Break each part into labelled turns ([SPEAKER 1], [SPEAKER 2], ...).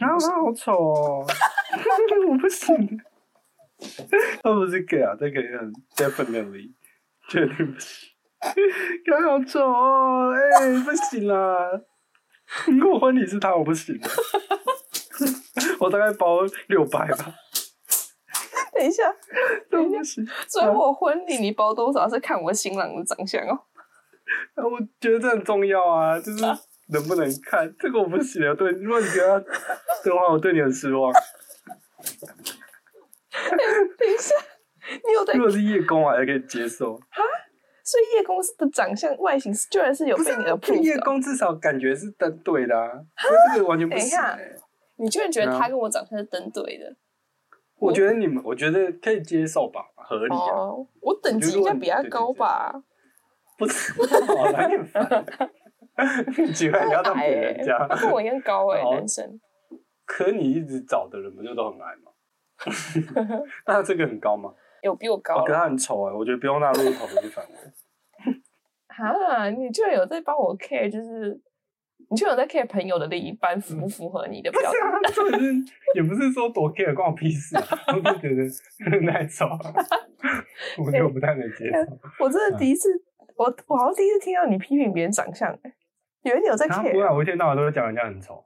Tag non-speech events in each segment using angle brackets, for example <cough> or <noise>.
[SPEAKER 1] 他啊好丑哦， <laughs> 我不行。他不是 gay 啊，他可以很 definitely 确定不行。他好丑哦，哎、不行啦！如果婚礼是他，我不行 <laughs> 的。我大概包六百吧，
[SPEAKER 2] 等一下，
[SPEAKER 1] 都不行。
[SPEAKER 2] 所以我婚礼你包多少是看我新郎的长相哦。
[SPEAKER 1] 我觉得这很重要啊，就是能不能看这个我不行啊。对，如果你觉得他的话，我对你很失望。
[SPEAKER 2] 等一下，你有在
[SPEAKER 1] 如，果是夜公，我还可以接受。
[SPEAKER 2] 所以叶公司的长相外形居然是有
[SPEAKER 1] 不是
[SPEAKER 2] 被你的
[SPEAKER 1] 啊
[SPEAKER 2] 破
[SPEAKER 1] 夜
[SPEAKER 2] 掉。
[SPEAKER 1] 公至少感觉是登对的啊，那这个完全不
[SPEAKER 2] 等一
[SPEAKER 1] 行
[SPEAKER 2] 下
[SPEAKER 1] 哎、
[SPEAKER 2] 你居然觉得
[SPEAKER 1] 对啊
[SPEAKER 2] 他跟我长相是登对的？
[SPEAKER 1] 我觉得你们，我觉得可以接受吧，合理啊，
[SPEAKER 2] 哦，我等级应该比他高吧？
[SPEAKER 1] 不是， <laughs> 好难很烦。很奇怪，你要当别人
[SPEAKER 2] <laughs>
[SPEAKER 1] 家
[SPEAKER 2] 他，跟我一样高哎、
[SPEAKER 1] 好
[SPEAKER 2] 男生。
[SPEAKER 1] 可你一直找的人不就都很矮吗？那他这个很高吗？
[SPEAKER 2] 有比我
[SPEAKER 1] 哦
[SPEAKER 2] 高啊
[SPEAKER 1] 可是
[SPEAKER 2] 了
[SPEAKER 1] 他很丑哎，我觉得不用纳入讨论的范围。
[SPEAKER 2] 哈！你居然有在帮我 care，就是你居然有在 care 朋友的另一半符不符合你的
[SPEAKER 1] 不
[SPEAKER 2] 标
[SPEAKER 1] 是
[SPEAKER 2] 准？
[SPEAKER 1] 啊，重点是也不是说多 care 关我屁事啊，我就觉得太丑啊，我就不太能接受。
[SPEAKER 2] 我真的第一次，我我好像第一次听到你批评别人长相、欸，原来你有在
[SPEAKER 1] 然后不
[SPEAKER 2] care，
[SPEAKER 1] 然我一天到晚都讲人家很
[SPEAKER 2] <laughs>
[SPEAKER 1] 丑。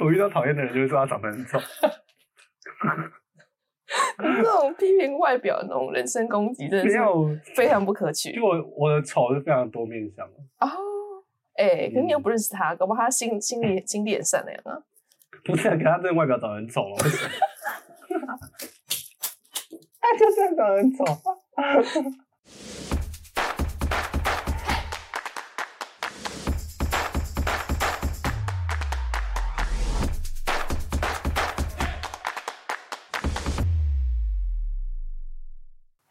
[SPEAKER 1] 我遇到讨厌的人就会说他长得很
[SPEAKER 2] <laughs>
[SPEAKER 1] 丑。
[SPEAKER 2] 这种批评外表的那种人身攻击，真的
[SPEAKER 1] 没
[SPEAKER 2] 是
[SPEAKER 1] 有，
[SPEAKER 2] 非常不可取
[SPEAKER 1] 因为我我的丑是非常多面向的，
[SPEAKER 2] 哦。哎、可
[SPEAKER 1] 嗯
[SPEAKER 2] 是你又不认识他，搞不好他心心里心地很善良啊。
[SPEAKER 1] 不是啊，可 <laughs> 他真的外表长得很丑了，为什么他就真的长得很丑。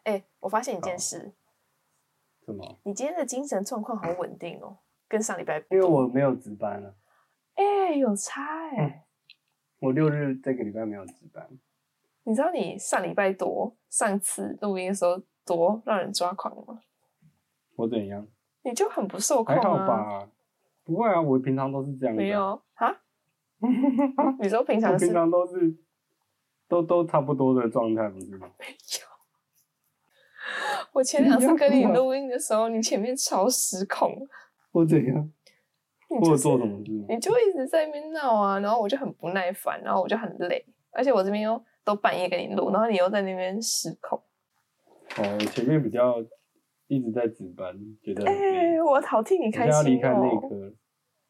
[SPEAKER 2] 哎、我发现一件
[SPEAKER 1] 好
[SPEAKER 2] 事，
[SPEAKER 1] 什么？
[SPEAKER 2] 你今天的精神状况好稳定哦，跟上礼拜
[SPEAKER 1] 因为我没有值班了、啊，
[SPEAKER 2] 哎、有差哎、
[SPEAKER 1] 嗯我六日这个礼拜没有值班。
[SPEAKER 2] 你知道你上礼拜多上次录音的时候多让人抓狂吗？
[SPEAKER 1] 我怎样？
[SPEAKER 2] 你就很不受控
[SPEAKER 1] 还好
[SPEAKER 2] 啊，
[SPEAKER 1] 吧？不会啊，我平常都是这样子、啊。
[SPEAKER 2] 没有啊？你说平
[SPEAKER 1] 我
[SPEAKER 2] 常是
[SPEAKER 1] 平常都是都都差不多的状态，不是吗？
[SPEAKER 2] 我前两次跟你录音的时候，你前面超失控，
[SPEAKER 1] 我怎样？
[SPEAKER 2] 你
[SPEAKER 1] 我
[SPEAKER 2] 就
[SPEAKER 1] 有
[SPEAKER 2] 是
[SPEAKER 1] 做什么事吗？
[SPEAKER 2] 你就一直在那边闹啊，然后我就很不耐烦，然后我就很累，而且我这边又都半夜跟你录，然后你又在那边失控，
[SPEAKER 1] 哦，我前面比较一直在值班，觉得
[SPEAKER 2] 哎、
[SPEAKER 1] 很累。
[SPEAKER 2] 我好替你
[SPEAKER 1] 我现
[SPEAKER 2] 开
[SPEAKER 1] 在要离
[SPEAKER 2] 心
[SPEAKER 1] 开内
[SPEAKER 2] 哦。
[SPEAKER 1] 科，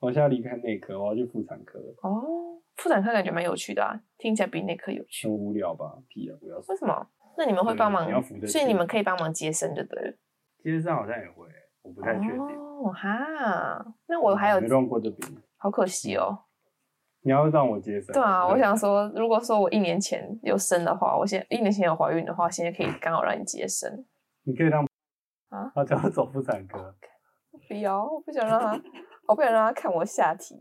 [SPEAKER 1] 我现在离开内科，我要去妇产科了，
[SPEAKER 2] 哦，妇产科感觉蛮有趣的啊，听起来比内科有趣
[SPEAKER 1] 很。无聊吧？屁啊，不要死。
[SPEAKER 2] 为什么？那你们会帮忙
[SPEAKER 1] 对你要扶着，
[SPEAKER 2] 所以
[SPEAKER 1] 去
[SPEAKER 2] 你们可以帮忙接生就对了。
[SPEAKER 1] 街上好像也会，我不太确定。
[SPEAKER 2] 哦哈，那我还有
[SPEAKER 1] 没弄过这边，
[SPEAKER 2] 好可惜哦。
[SPEAKER 1] 你要让我接生？
[SPEAKER 2] 对啊，
[SPEAKER 1] 不
[SPEAKER 2] 我想说，如果说我一年前有生的话，我现一年前有怀孕的话，现在可以刚好让你接生。
[SPEAKER 1] 你可以让
[SPEAKER 2] 啊
[SPEAKER 1] 他叫我走妇产科，
[SPEAKER 2] 不要，我不想让他，我不想让他看我下体，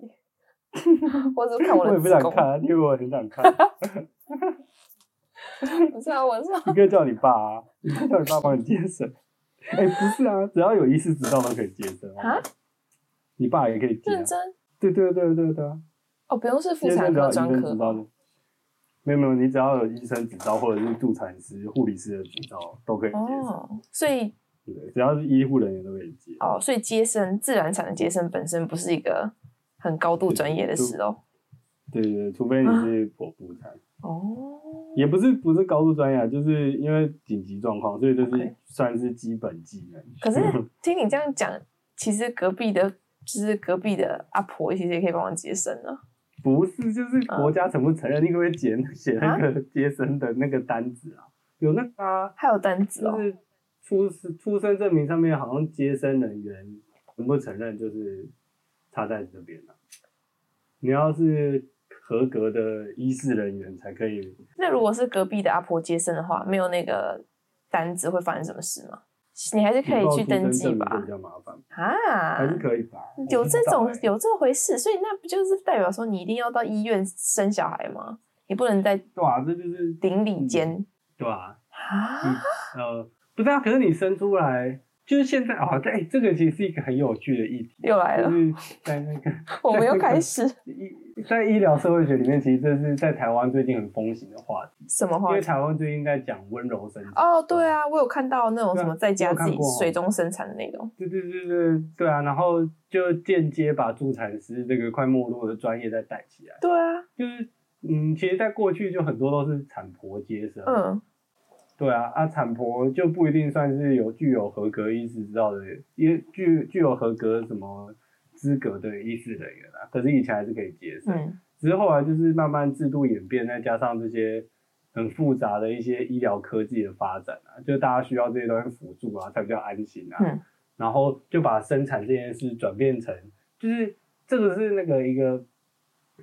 [SPEAKER 1] <laughs>
[SPEAKER 2] 我只看我
[SPEAKER 1] 我也
[SPEAKER 2] 的
[SPEAKER 1] 不
[SPEAKER 2] 子
[SPEAKER 1] 想
[SPEAKER 2] 宫。
[SPEAKER 1] 看，因为我很想看。
[SPEAKER 2] 不是啊，我是
[SPEAKER 1] 你可以叫你爸啊，你可以叫你爸帮你接生。哎、不是啊，只要有医师执照都可以接生
[SPEAKER 2] 啊。
[SPEAKER 1] 你爸也可以接、啊
[SPEAKER 2] 认。真
[SPEAKER 1] <laughs> 对对对对对啊，
[SPEAKER 2] 哦，不用是妇
[SPEAKER 1] 接
[SPEAKER 2] 产
[SPEAKER 1] 生只要
[SPEAKER 2] 科
[SPEAKER 1] 有医生
[SPEAKER 2] 专科
[SPEAKER 1] 执照
[SPEAKER 2] 哦
[SPEAKER 1] 就。没有没有，你只要有医生执照或者是助产师、护理师的执照都可以接生。
[SPEAKER 2] 哦，所以
[SPEAKER 1] 对，只要是医护人员都可以接。
[SPEAKER 2] 哦，所以接生自然产的接生本身不是一个很高度专业的事哦。
[SPEAKER 1] 对对对，除非你
[SPEAKER 2] 啊
[SPEAKER 1] 是剖腹产，
[SPEAKER 2] 哦，
[SPEAKER 1] 也不是不是高度专业，啊，就是因为紧急状况，所以就是
[SPEAKER 2] OK
[SPEAKER 1] 算是基本技能。<laughs>
[SPEAKER 2] 可是听你这样讲，其实隔壁的，就是隔壁的阿婆，其实也可以帮忙接生啊。
[SPEAKER 1] 不是，就是国
[SPEAKER 2] 嗯
[SPEAKER 1] 家承不承认？你可不可以写写
[SPEAKER 2] 啊
[SPEAKER 1] 那个接生的那个单子啊？有那个啊，
[SPEAKER 2] 还有单子
[SPEAKER 1] 就
[SPEAKER 2] 哦，
[SPEAKER 1] 是出生出生证明上面好像接生人员承不承认，就是插在这边啊。你要是合格的医事人员才可以，
[SPEAKER 2] 那如果是隔壁的阿婆接生的话，没有那个单子会发生什么事吗？你还是可以去登记
[SPEAKER 1] 不然出生证明就
[SPEAKER 2] 吧
[SPEAKER 1] 比？较麻烦，
[SPEAKER 2] 啊
[SPEAKER 1] 还，是可以吧？
[SPEAKER 2] 有这种
[SPEAKER 1] 我不知道欸
[SPEAKER 2] 有这回事，所以那不就是代表说你一定要到医院生小孩吗？你不能在
[SPEAKER 1] 对啊，这就是
[SPEAKER 2] 邻里间
[SPEAKER 1] 对啊，
[SPEAKER 2] 啊？
[SPEAKER 1] 呃，不是啊，可是你生出来，就是现在哦，对，这个其实是一个很有趣的议题，
[SPEAKER 3] 又来了，
[SPEAKER 1] 就是在那个
[SPEAKER 3] 我们又
[SPEAKER 1] 那个 <laughs>
[SPEAKER 3] 开始
[SPEAKER 1] 医在医疗社会学里面，其实这是在台湾最近很风行的话题，
[SPEAKER 3] 什么
[SPEAKER 1] 因
[SPEAKER 3] 话
[SPEAKER 1] 为
[SPEAKER 3] 题？
[SPEAKER 1] 台湾最近在讲温柔生产。
[SPEAKER 3] 哦，对啊，我有看到那种什么在家
[SPEAKER 1] 对啊
[SPEAKER 3] 自己
[SPEAKER 1] 我有看过
[SPEAKER 3] 水中生产的那种，
[SPEAKER 1] 对对对对对啊，然后就间接把助产师这个快没落的专业再带起来，
[SPEAKER 3] 对啊，
[SPEAKER 1] 就是嗯，其实，在过去就很多都是产婆接生，，
[SPEAKER 3] 嗯，
[SPEAKER 1] 对啊，啊，产婆就不一定算是有具有合格医师执照的，也具具有合格什么资格的医师人员啊，可是以前还是可以接生，
[SPEAKER 3] 嗯，
[SPEAKER 1] 只是后来就是慢慢制度演变，再加上这些很复杂的一些医疗科技的发展啊，就大家需要这些东西辅助啊，才比较安心啊。
[SPEAKER 3] 嗯
[SPEAKER 1] 然后就把生产这件事转变成，就是这个是那个一个，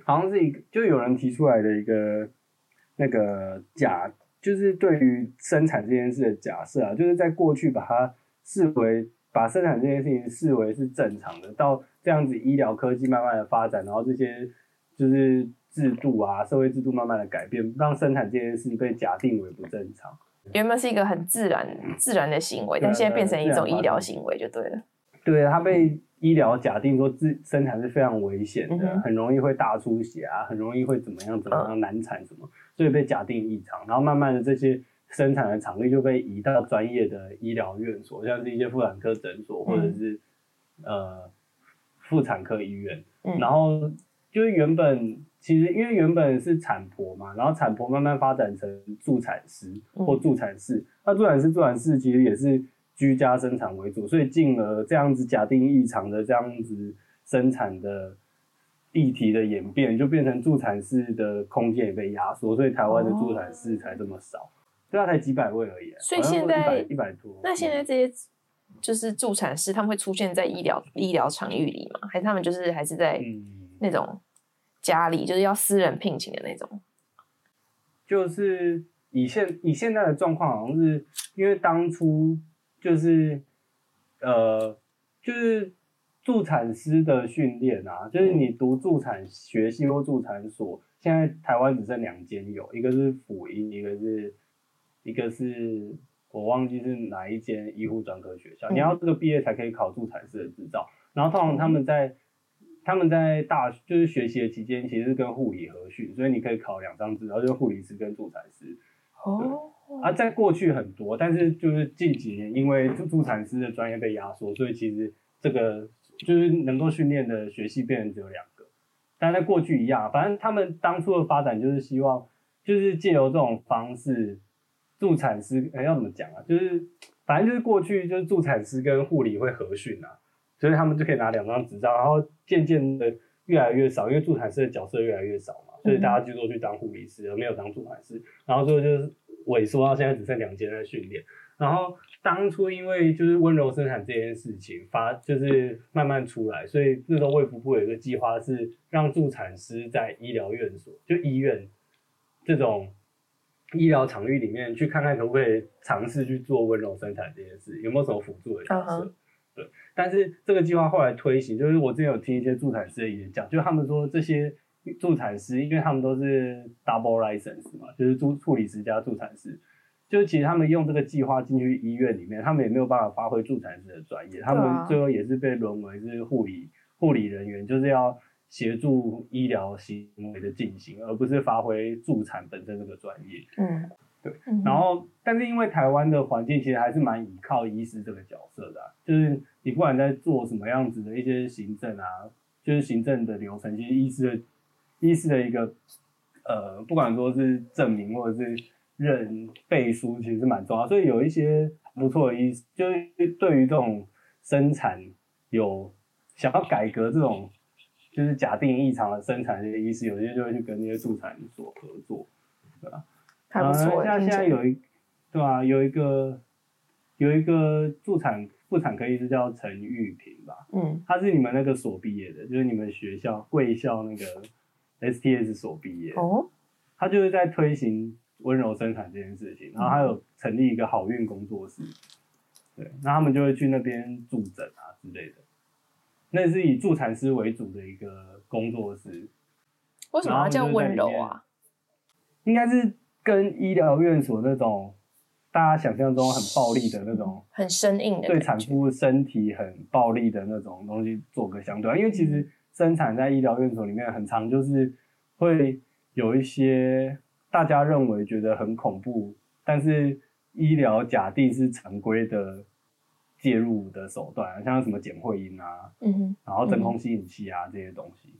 [SPEAKER 1] 好像是一个，就有人提出来的一个那个假，就是对于生产这件事的假设啊，就是在过去把它视为把生产这件事情视为是正常的，到这样子医疗科技慢慢的发展，然后这些就是制度啊，社会制度慢慢的改变，让生产这件事被假定为不正常。
[SPEAKER 3] 原本是一个很自然自然的行为，
[SPEAKER 1] 对啊
[SPEAKER 3] 但现在变成一种
[SPEAKER 1] 对啊
[SPEAKER 3] 医疗行为就对了。
[SPEAKER 1] 对，啊它被医疗假定说自生产是非常危险的，
[SPEAKER 3] 嗯哼嗯
[SPEAKER 1] 很容易会大出血啊，很容易会怎么样怎么样难产什么，所以被假定异常。然后慢慢的这些生产的场地就被移到专业的医疗院所，像是一些妇产科诊所或者
[SPEAKER 3] 嗯
[SPEAKER 1] 是、呃妇产科医院。
[SPEAKER 3] 嗯
[SPEAKER 1] 然后就是原本其实因为原本是产婆嘛，然后产婆慢慢发展成助产师
[SPEAKER 3] 嗯
[SPEAKER 1] 或助产士，那助产师助产士其实也是居家生产为主，所以进而这样子假定异常的这样子生产的。议题的演变就变成助产士的空间也被压缩，所以台湾的助产士才这么少，对啊，才几百位而已啊，
[SPEAKER 3] 所以
[SPEAKER 1] 好像
[SPEAKER 3] 现在
[SPEAKER 1] 一百一百多。
[SPEAKER 3] 那现在
[SPEAKER 1] 嗯
[SPEAKER 3] 这些就是助产师，他们会出现在医疗医疗场域里吗？还是他们就是还是在
[SPEAKER 1] 嗯，
[SPEAKER 3] 那种家里，就是要私人聘请的那种？
[SPEAKER 1] 就是以现以现在的状况，好像是因为当初就是呃，就是助产师的训练啊，就是你读助产学系或助产所，现在台湾只剩两间有，一个是辅医，一个是一个是我忘记是哪一间医护专科学校，
[SPEAKER 3] 嗯
[SPEAKER 1] 你要这个毕业才可以考助产师的执照。然后通常他们在他们在大就是学习的期间，其实是跟护理合训，所以你可以考两张执照，就是护理师跟助产师。
[SPEAKER 3] 哦，
[SPEAKER 1] 啊，在过去很多，但是就是近几年，因为助助产师的专业被压缩，所以其实这个就是能够训练的学系变成只有两个。但在过去一样，啊反正他们当初的发展就是希望，就是借由这种方式，助产师哎、要怎么讲啊？就是反正就是过去就是助产师跟护理会合训啊，所以他们就可以拿两张执照，然后渐渐的越来越少，因为助产师的角色越来越少嘛，所以大家就都去当护理师，而没有当助产师。然后最后就是萎缩到现在只剩两间在训练。然后当初因为就是温柔生产这件事情发，就是慢慢出来，所以那时候卫福部有一个计划是让助产师在医疗院所，就医院这种医疗场域里面去看看可不可以尝试去做温柔生产这件事，有没有什么辅助的角色
[SPEAKER 3] 嗯
[SPEAKER 1] 对，但是这个计划后来推行，就是我之前有听一些助产师的演讲，就是他们说这些助产师，因为他们都是 double license 嘛，就是助护理师加助产师，就是其实他们用这个计划进去医院里面，他们也没有办法发挥助产师的专业，他们最后也是被沦为是护理护理人员，就是要协助医疗行为的进行，而不是发挥助产本身这个专业。
[SPEAKER 3] 嗯，
[SPEAKER 1] 对
[SPEAKER 3] 嗯，
[SPEAKER 1] 然后，但是因为台湾的环境其实还是蛮依靠医师这个角色的啊、就是你不管在做什么样子的一些行政啊，就是行政的流程，其实医师的医师的一个呃，不管说是证明或者是认背书，其实是蛮重要。所以有一些不错的医，就是对于这种生产有想要改革这种就是假定异常的生产这些医师，有些就会去跟那些助产所合作。
[SPEAKER 3] 还不错
[SPEAKER 1] 呃
[SPEAKER 3] 欸，
[SPEAKER 1] 像
[SPEAKER 3] 听起
[SPEAKER 1] 现在
[SPEAKER 3] 来
[SPEAKER 1] 有一，对啊，有一个有一个助产妇产科医师叫陈玉平吧，
[SPEAKER 3] 嗯
[SPEAKER 1] 他是你们那个所毕业的，就是你们学校贵校那个 STS 所毕业，
[SPEAKER 3] 哦，
[SPEAKER 1] 他就是在推行温柔生产这件事情，然后他有成立一个好运工作室，对，那他们就会去那边助诊啊之类的，那是以助产师为主的一个工作室，
[SPEAKER 3] 为什么要叫温柔啊？
[SPEAKER 1] 应该是跟医疗院所那种大家想象中很暴力的那种，
[SPEAKER 2] 很生硬的
[SPEAKER 1] 对
[SPEAKER 2] 感
[SPEAKER 1] 产
[SPEAKER 2] 觉。
[SPEAKER 1] 妇身体很暴力的那种东西做个相对，因为其实生产在医疗院所里面很常就是会有一些大家认为觉得很恐怖，但是医疗假定是常规的介入的手段，啊像什么减会阴啊，
[SPEAKER 2] 嗯哼，
[SPEAKER 1] 然后真空吸引器啊、这些东西，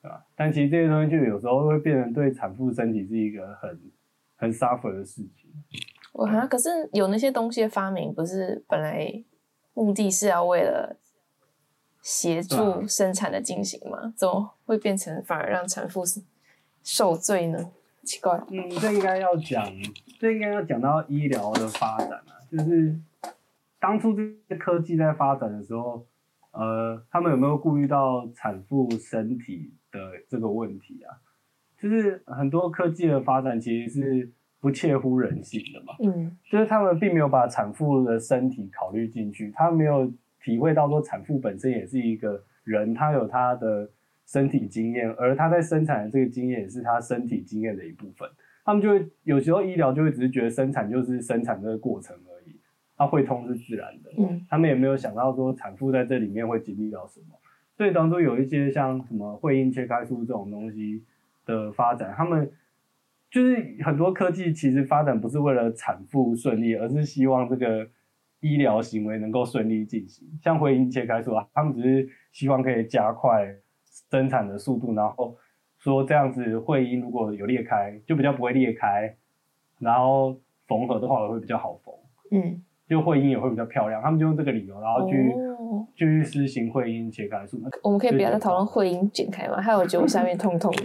[SPEAKER 1] 对吧？但其实这些东西就有时候会变成对产妇身体是一个很很 suffer 的事情。
[SPEAKER 2] 我好像可是有那些东西的发明，不是本来目的是要为了协
[SPEAKER 1] 对啊
[SPEAKER 2] 助生产的进行吗？怎么会变成反而让产妇受罪呢？奇怪，
[SPEAKER 1] 嗯，这应该要讲，这应该要讲到医疗的发展啊，就是当初这些科技在发展的时候，呃，他们有没有顾虑到产妇身体的这个问题啊？就是很多科技的发展其实是不切乎人性的嘛，
[SPEAKER 2] 嗯
[SPEAKER 1] 就是他们并没有把产妇的身体考虑进去，他没有体会到说产妇本身也是一个人，她有她的身体经验，而她在生产的这个经验也是她身体经验的一部分。他们就会有时候医疗就会只是觉得生产就是生产这个过程而已，它会痛是自然的，
[SPEAKER 2] 嗯
[SPEAKER 1] 他们也没有想到说产妇在这里面会经历到什么。所以当中有一些像什么会阴切开术这种东西的发展，他们就是很多科技其实发展不是为了产妇顺利，而是希望这个医疗行为能够顺利进行。像会阴切开术啊，他们只是希望可以加快生产的速度，然后说这样子会阴如果有裂开，就比较不会裂开，然后缝合的话会比较好缝。
[SPEAKER 2] 嗯，
[SPEAKER 1] 就会阴也会比较漂亮，他们就用这个理由，然后去、
[SPEAKER 2] 哦
[SPEAKER 1] 就去施行会阴切开术。
[SPEAKER 2] 我们可以不要再讨论会阴剪开吗？还有，我觉得我下面痛痛 <laughs> 的。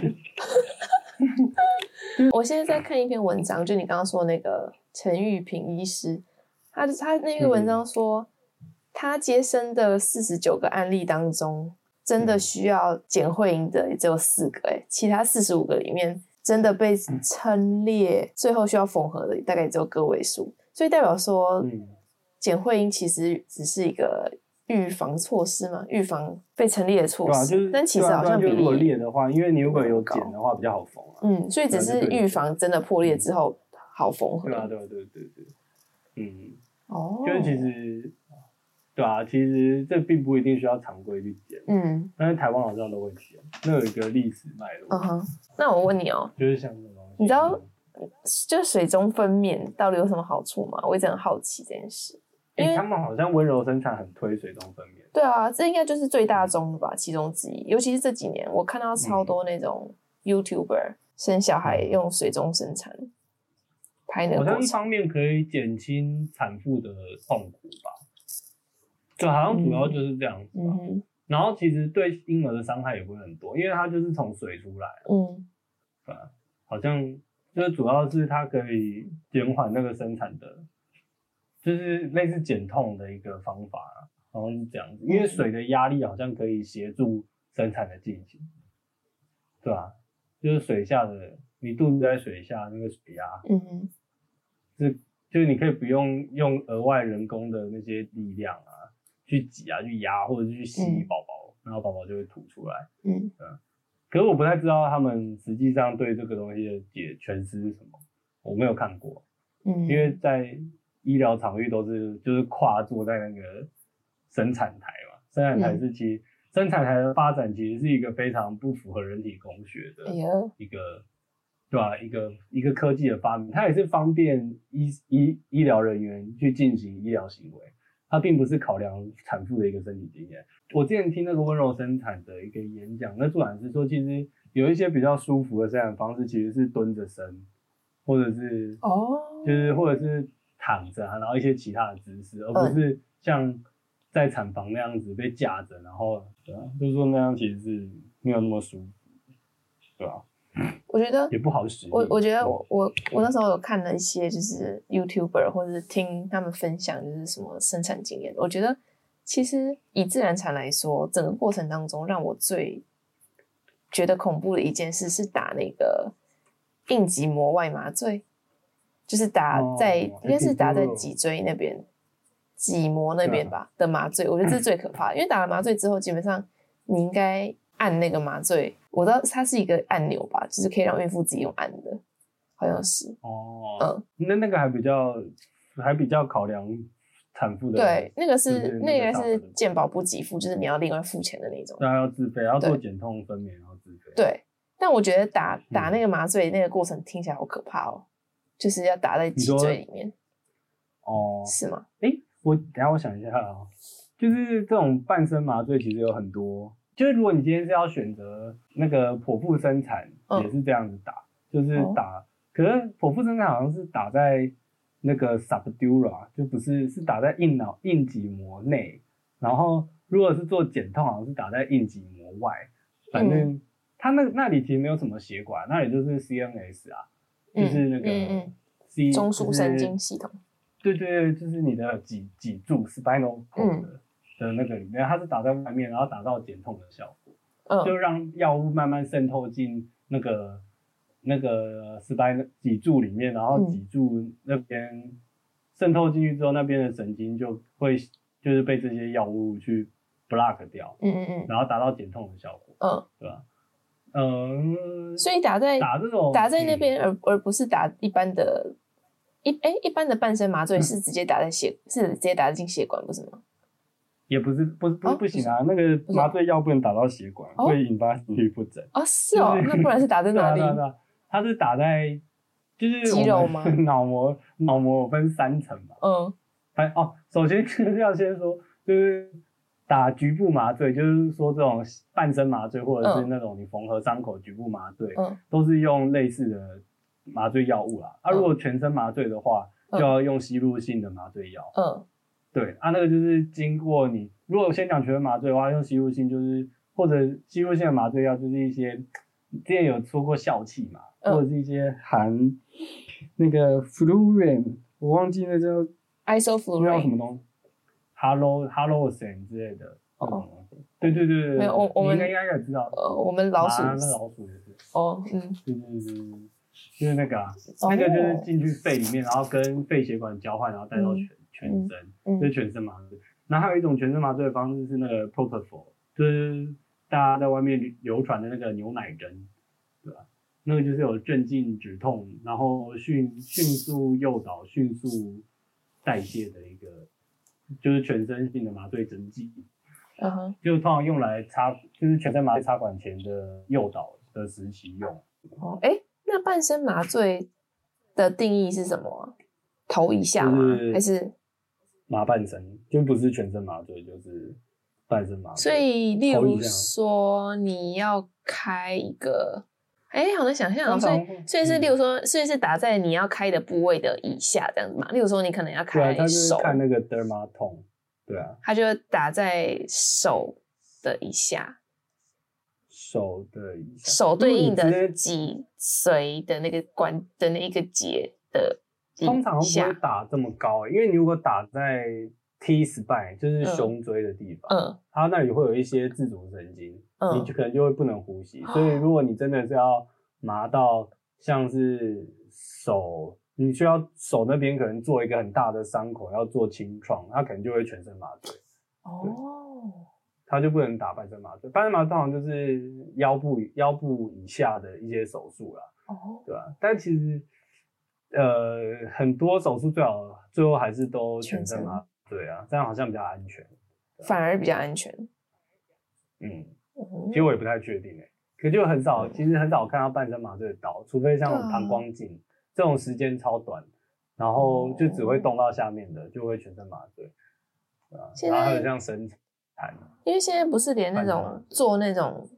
[SPEAKER 2] 我现在在看一篇文章，就你刚刚说那个陈玉平医师，他他那篇文章说，他接生的四十九个案例当中，真的
[SPEAKER 1] 嗯
[SPEAKER 2] 需要剪会阴的也只有四个、欸，其他四十五个里面真的被称列，最后需要缝合的大概也只有个位数，所以代表说，
[SPEAKER 1] 嗯，
[SPEAKER 2] 减会阴其实只是一个预防措施嘛，预防被成立的
[SPEAKER 1] 对
[SPEAKER 2] 措
[SPEAKER 1] 吧、
[SPEAKER 2] 施。
[SPEAKER 1] 就是
[SPEAKER 2] 但其实好像
[SPEAKER 1] 对啊对啊就
[SPEAKER 2] 比
[SPEAKER 1] 如果
[SPEAKER 2] 例，
[SPEAKER 1] 裂的话，因为你如果有剪的话比较好缝啊。
[SPEAKER 2] 嗯，所以只是预防真的破裂之后好缝合
[SPEAKER 1] 嗯对。啊，对啊，对对对，嗯，
[SPEAKER 2] 哦，
[SPEAKER 1] 就是其实，对啊，其实这并不一定需要常规去剪，
[SPEAKER 2] 嗯
[SPEAKER 1] 但是台湾好像都会剪，那有一个历史脉络，
[SPEAKER 2] 嗯哼。那我问你哦，
[SPEAKER 1] 就是像这种东西，
[SPEAKER 2] 你知道就是水中分娩到底有什么好处吗？我一直很好奇这件事。
[SPEAKER 1] 诶
[SPEAKER 2] 因为
[SPEAKER 1] 他们好像温柔生产很推水中分娩，
[SPEAKER 2] 对啊，这应该就是最大宗的吧，其中之一。尤其是这几年，我看
[SPEAKER 1] 嗯
[SPEAKER 2] 到超多那种 YouTuber 生小孩用水中生产，拍那
[SPEAKER 1] 好
[SPEAKER 2] 个过
[SPEAKER 1] 像一
[SPEAKER 2] 程。
[SPEAKER 1] 方面可以减轻产妇的痛苦吧，对，好像主要就是这样子吧。
[SPEAKER 2] 嗯哼，
[SPEAKER 1] 然后其实对婴儿的伤害也不会很多，因为它就是从水出来，
[SPEAKER 2] 嗯。
[SPEAKER 1] 对吧？好像就是主要是它可以减缓那个生产的，就是类似减痛的一个方法啊，好像是这样子。因
[SPEAKER 2] 嗯
[SPEAKER 1] 为水的压力好像可以协助生产的进行，对吧？就是水下的，你肚子在水下那个水压，
[SPEAKER 2] 嗯哼，
[SPEAKER 1] 是就是你可以不用用额外人工的那些力量啊，去挤啊、去压或者是去吸
[SPEAKER 2] 嗯
[SPEAKER 1] 宝宝，然后宝宝就会吐出来。
[SPEAKER 2] 嗯，
[SPEAKER 1] 可是我不太知道他们实际上对这个东西的解诠释是什么，我没有看过，
[SPEAKER 2] 嗯，
[SPEAKER 1] 因为在医疗场域都是就是跨坐在那个生产台嘛，生产台
[SPEAKER 2] 嗯
[SPEAKER 1] 是其实、生产台的发展其实是一个非常不符合人体工学的。
[SPEAKER 2] 哎呀，
[SPEAKER 1] 一个对吧、一个一个科技的发明，它也是方便医医医疗人员去进行医疗行为，它并不是考量产妇的一个身体经验。我之前听那个温柔生产的一个演讲，那助产师说，其实有一些比较舒服的生产方式，其实是蹲着生，或者是
[SPEAKER 2] 哦，
[SPEAKER 1] 就是或者是躺着啊，然后一些其他的姿势，而不是像在产房那样子被架着，然后对啊，就是说那样其实是没有那么舒服，对吧、
[SPEAKER 2] 我觉得
[SPEAKER 1] 也不哦好使。
[SPEAKER 2] 我我觉得我我我那时候有看了一些就是 YouTuber 或者是听他们分享就是什么生产经验，我觉得其实以自然产来说，整个过程当中让我最觉得恐怖的一件事是打那个应急膜外麻醉，就是打
[SPEAKER 1] 哦
[SPEAKER 2] 在、应该是打在
[SPEAKER 1] epidural
[SPEAKER 2] 脊椎那边。脊膜那边
[SPEAKER 1] 对啊
[SPEAKER 2] 吧的麻醉，我觉得这是最可怕的，因为打了麻醉之后，基本上你应该按那个麻醉，我知道它是一个按钮吧，就是可以让孕妇自己用按的，好像是，
[SPEAKER 1] 哦，
[SPEAKER 2] 嗯，
[SPEAKER 1] 那那个还比较还比较考量产妇的，
[SPEAKER 2] 对，，那个是
[SPEAKER 1] 是那嗯
[SPEAKER 2] 那
[SPEAKER 1] 个
[SPEAKER 2] 个
[SPEAKER 1] 大
[SPEAKER 2] 是
[SPEAKER 1] 的
[SPEAKER 2] 健保不给付，就是你要另外付钱的那种。
[SPEAKER 1] 那要自费，要做
[SPEAKER 2] 对
[SPEAKER 1] 减痛分娩，然后自费。
[SPEAKER 2] 对，但我觉得打
[SPEAKER 1] 嗯
[SPEAKER 2] 打那个麻醉那个过程听起来好可怕哦，就是要打在脊
[SPEAKER 1] 说
[SPEAKER 2] 椎里面，
[SPEAKER 1] 哦，
[SPEAKER 2] 是吗？
[SPEAKER 1] 哎、我等一下我想一下啊、就是这种半身麻醉其实有很多，就是如果你今天是要选择那个剖腹生产，
[SPEAKER 2] 嗯
[SPEAKER 1] 也是这样子打，就是
[SPEAKER 2] 哦
[SPEAKER 1] 打，可是剖腹生产好像是打在那个 subdura，就不是是打在硬脑硬脊膜内，然后如果是做减痛，好像是打在硬脊膜外，反正
[SPEAKER 2] 嗯
[SPEAKER 1] 它那那里其实没有什么血管，那里就是 CNS 啊，就
[SPEAKER 2] 嗯
[SPEAKER 1] 是那个
[SPEAKER 2] 嗯嗯
[SPEAKER 1] C
[SPEAKER 2] 中枢神
[SPEAKER 1] 就是
[SPEAKER 2] 经系统，
[SPEAKER 1] 对对对，就是你的脊脊柱 spinal cord
[SPEAKER 2] 嗯
[SPEAKER 1] 的、的那个里面，它是打在外面，然后达到减痛的效果，就
[SPEAKER 2] 嗯
[SPEAKER 1] 让药物慢慢渗透进那个那个 spinal 脊柱里面，然后
[SPEAKER 2] 嗯
[SPEAKER 1] 脊柱那边渗透进去之后，那边的神经就会就是被这些药物去 block 掉，
[SPEAKER 2] 嗯嗯
[SPEAKER 1] 然后达到减痛的效果，
[SPEAKER 2] 嗯
[SPEAKER 1] 对吧？嗯
[SPEAKER 2] 嗯，，所以打在
[SPEAKER 1] 打这种
[SPEAKER 2] 打在那边，而而不是打一般的。一哎、一般的半身麻醉是直接打在血，是直接打进血管，不是吗？
[SPEAKER 1] 也不是不是不是
[SPEAKER 2] 哦
[SPEAKER 1] 不行啊，那个
[SPEAKER 2] 是
[SPEAKER 1] 麻醉药不能打到血管，
[SPEAKER 2] 哦
[SPEAKER 1] 会引发心律不整。
[SPEAKER 2] 哦，是哦，
[SPEAKER 1] 就是
[SPEAKER 2] 那不然是 <laughs> 打在
[SPEAKER 1] 对
[SPEAKER 2] 哪
[SPEAKER 1] 啊
[SPEAKER 2] <laughs> 里
[SPEAKER 1] 对？啊对啊，它是打在就是
[SPEAKER 2] 肌
[SPEAKER 1] 我们
[SPEAKER 2] 肉吗
[SPEAKER 1] <laughs> 脑膜脑膜有分三层嘛，
[SPEAKER 2] 嗯
[SPEAKER 1] 反哦，首先 <laughs> 就是要先说就是打局部麻醉，就是说这种半身麻醉或者是
[SPEAKER 2] 嗯
[SPEAKER 1] 那种你缝合伤口局部麻醉，
[SPEAKER 2] 嗯
[SPEAKER 1] 都是用类似的麻醉药物啦。啊，
[SPEAKER 2] 嗯
[SPEAKER 1] 如果全身麻醉的话，就
[SPEAKER 2] 嗯
[SPEAKER 1] 要用吸入性的麻醉药。
[SPEAKER 2] 嗯
[SPEAKER 1] 对，啊，那个就是经过你，如果先讲全身麻醉的话，用吸入性就是或者吸入性的麻醉药，就是一些之前有说过笑气嘛，
[SPEAKER 2] 嗯
[SPEAKER 1] 或者是一些含那个 fluren，我忘记那叫那叫什么
[SPEAKER 2] ，isoflurane
[SPEAKER 1] 东西，hello hello s e n 之类的那种
[SPEAKER 2] 哦
[SPEAKER 1] 东西。对对对对，
[SPEAKER 2] 没有我
[SPEAKER 1] 你
[SPEAKER 2] 我
[SPEAKER 1] 应
[SPEAKER 2] 们
[SPEAKER 1] 该应该也知道，
[SPEAKER 2] 呃，我们老鼠
[SPEAKER 1] 麻那老鼠也是，
[SPEAKER 2] 哦，嗯，
[SPEAKER 1] 对对对对对，就是那个啊，
[SPEAKER 2] 哦
[SPEAKER 1] 那个就是进去肺里面，然后跟肺血管交换，然后带到全全身。
[SPEAKER 2] 嗯
[SPEAKER 1] 就
[SPEAKER 2] 嗯
[SPEAKER 1] 是全身麻醉。然后还有一种全身麻醉的方式是那个 propofol，就是大家在外面流传的那个牛奶针，对吧？那个就是有镇静、止痛，然后迅迅速诱导、迅速代谢的一个，就是全身性的麻醉针剂，
[SPEAKER 2] 嗯哼，
[SPEAKER 1] 就是通常用来插，就是全身麻醉插管前的诱导的时期用。
[SPEAKER 2] 哦，哎，那半身麻醉的定义是什么啊？头一下吗
[SPEAKER 1] 就是？
[SPEAKER 2] 还是
[SPEAKER 1] 麻半身就不是全身麻醉，就是半身麻醉。
[SPEAKER 2] 所以，例
[SPEAKER 1] 头一
[SPEAKER 2] 如
[SPEAKER 1] 下
[SPEAKER 2] 说你要开一个，哎，好难想象哦。
[SPEAKER 1] 通
[SPEAKER 2] 所
[SPEAKER 1] 常
[SPEAKER 2] 以，所以是
[SPEAKER 1] 嗯
[SPEAKER 2] 例如说，所以是打在你要开的部位的以下这样子嘛？例如说，你可能要
[SPEAKER 1] 对啊，
[SPEAKER 2] 开
[SPEAKER 1] 他就是
[SPEAKER 2] 手，
[SPEAKER 1] 看那个 dermatome，对啊，
[SPEAKER 2] 它就打在手的以下，
[SPEAKER 1] 手的一下
[SPEAKER 2] 手对应
[SPEAKER 1] 如果你
[SPEAKER 2] 的
[SPEAKER 1] 直接
[SPEAKER 2] 脊髓的那个关的那一个节的以
[SPEAKER 1] 通常不会
[SPEAKER 2] 下，
[SPEAKER 1] 打这么高、欸因为你如果打在 T spine，就是胸椎的地方，
[SPEAKER 2] 嗯
[SPEAKER 1] 它那里会有一些自主神经，你
[SPEAKER 2] 嗯哦
[SPEAKER 1] 就可能就会不能呼吸。所以如果你真的是要麻到像是手，你需要手那边可能做一个很大的伤口，要做清创，它可能就会全身麻醉，
[SPEAKER 2] 哦，
[SPEAKER 1] 它就不能打半身麻醉。半身麻醉通常就是腰部腰部以下的一些手术啦。
[SPEAKER 2] 哦，
[SPEAKER 1] 对吧、啊但其实，呃，很多手术最好最后还是都全身麻醉啊，这样好像比较安全。
[SPEAKER 2] 反而比较安全。
[SPEAKER 1] 嗯，
[SPEAKER 2] 哦
[SPEAKER 1] 其实我也不太确定诶、欸可就很少，其实很少看到半身麻醉的刀，除非像
[SPEAKER 2] 嗯对啊
[SPEAKER 1] 膀胱镜、这种时间超短，然后就只会动到下面的，就会全身麻醉。对啊
[SPEAKER 2] 现
[SPEAKER 1] 然后还有
[SPEAKER 2] 在
[SPEAKER 1] 像生产，
[SPEAKER 2] 因为现在不是连那
[SPEAKER 1] 半麻
[SPEAKER 2] 种做那种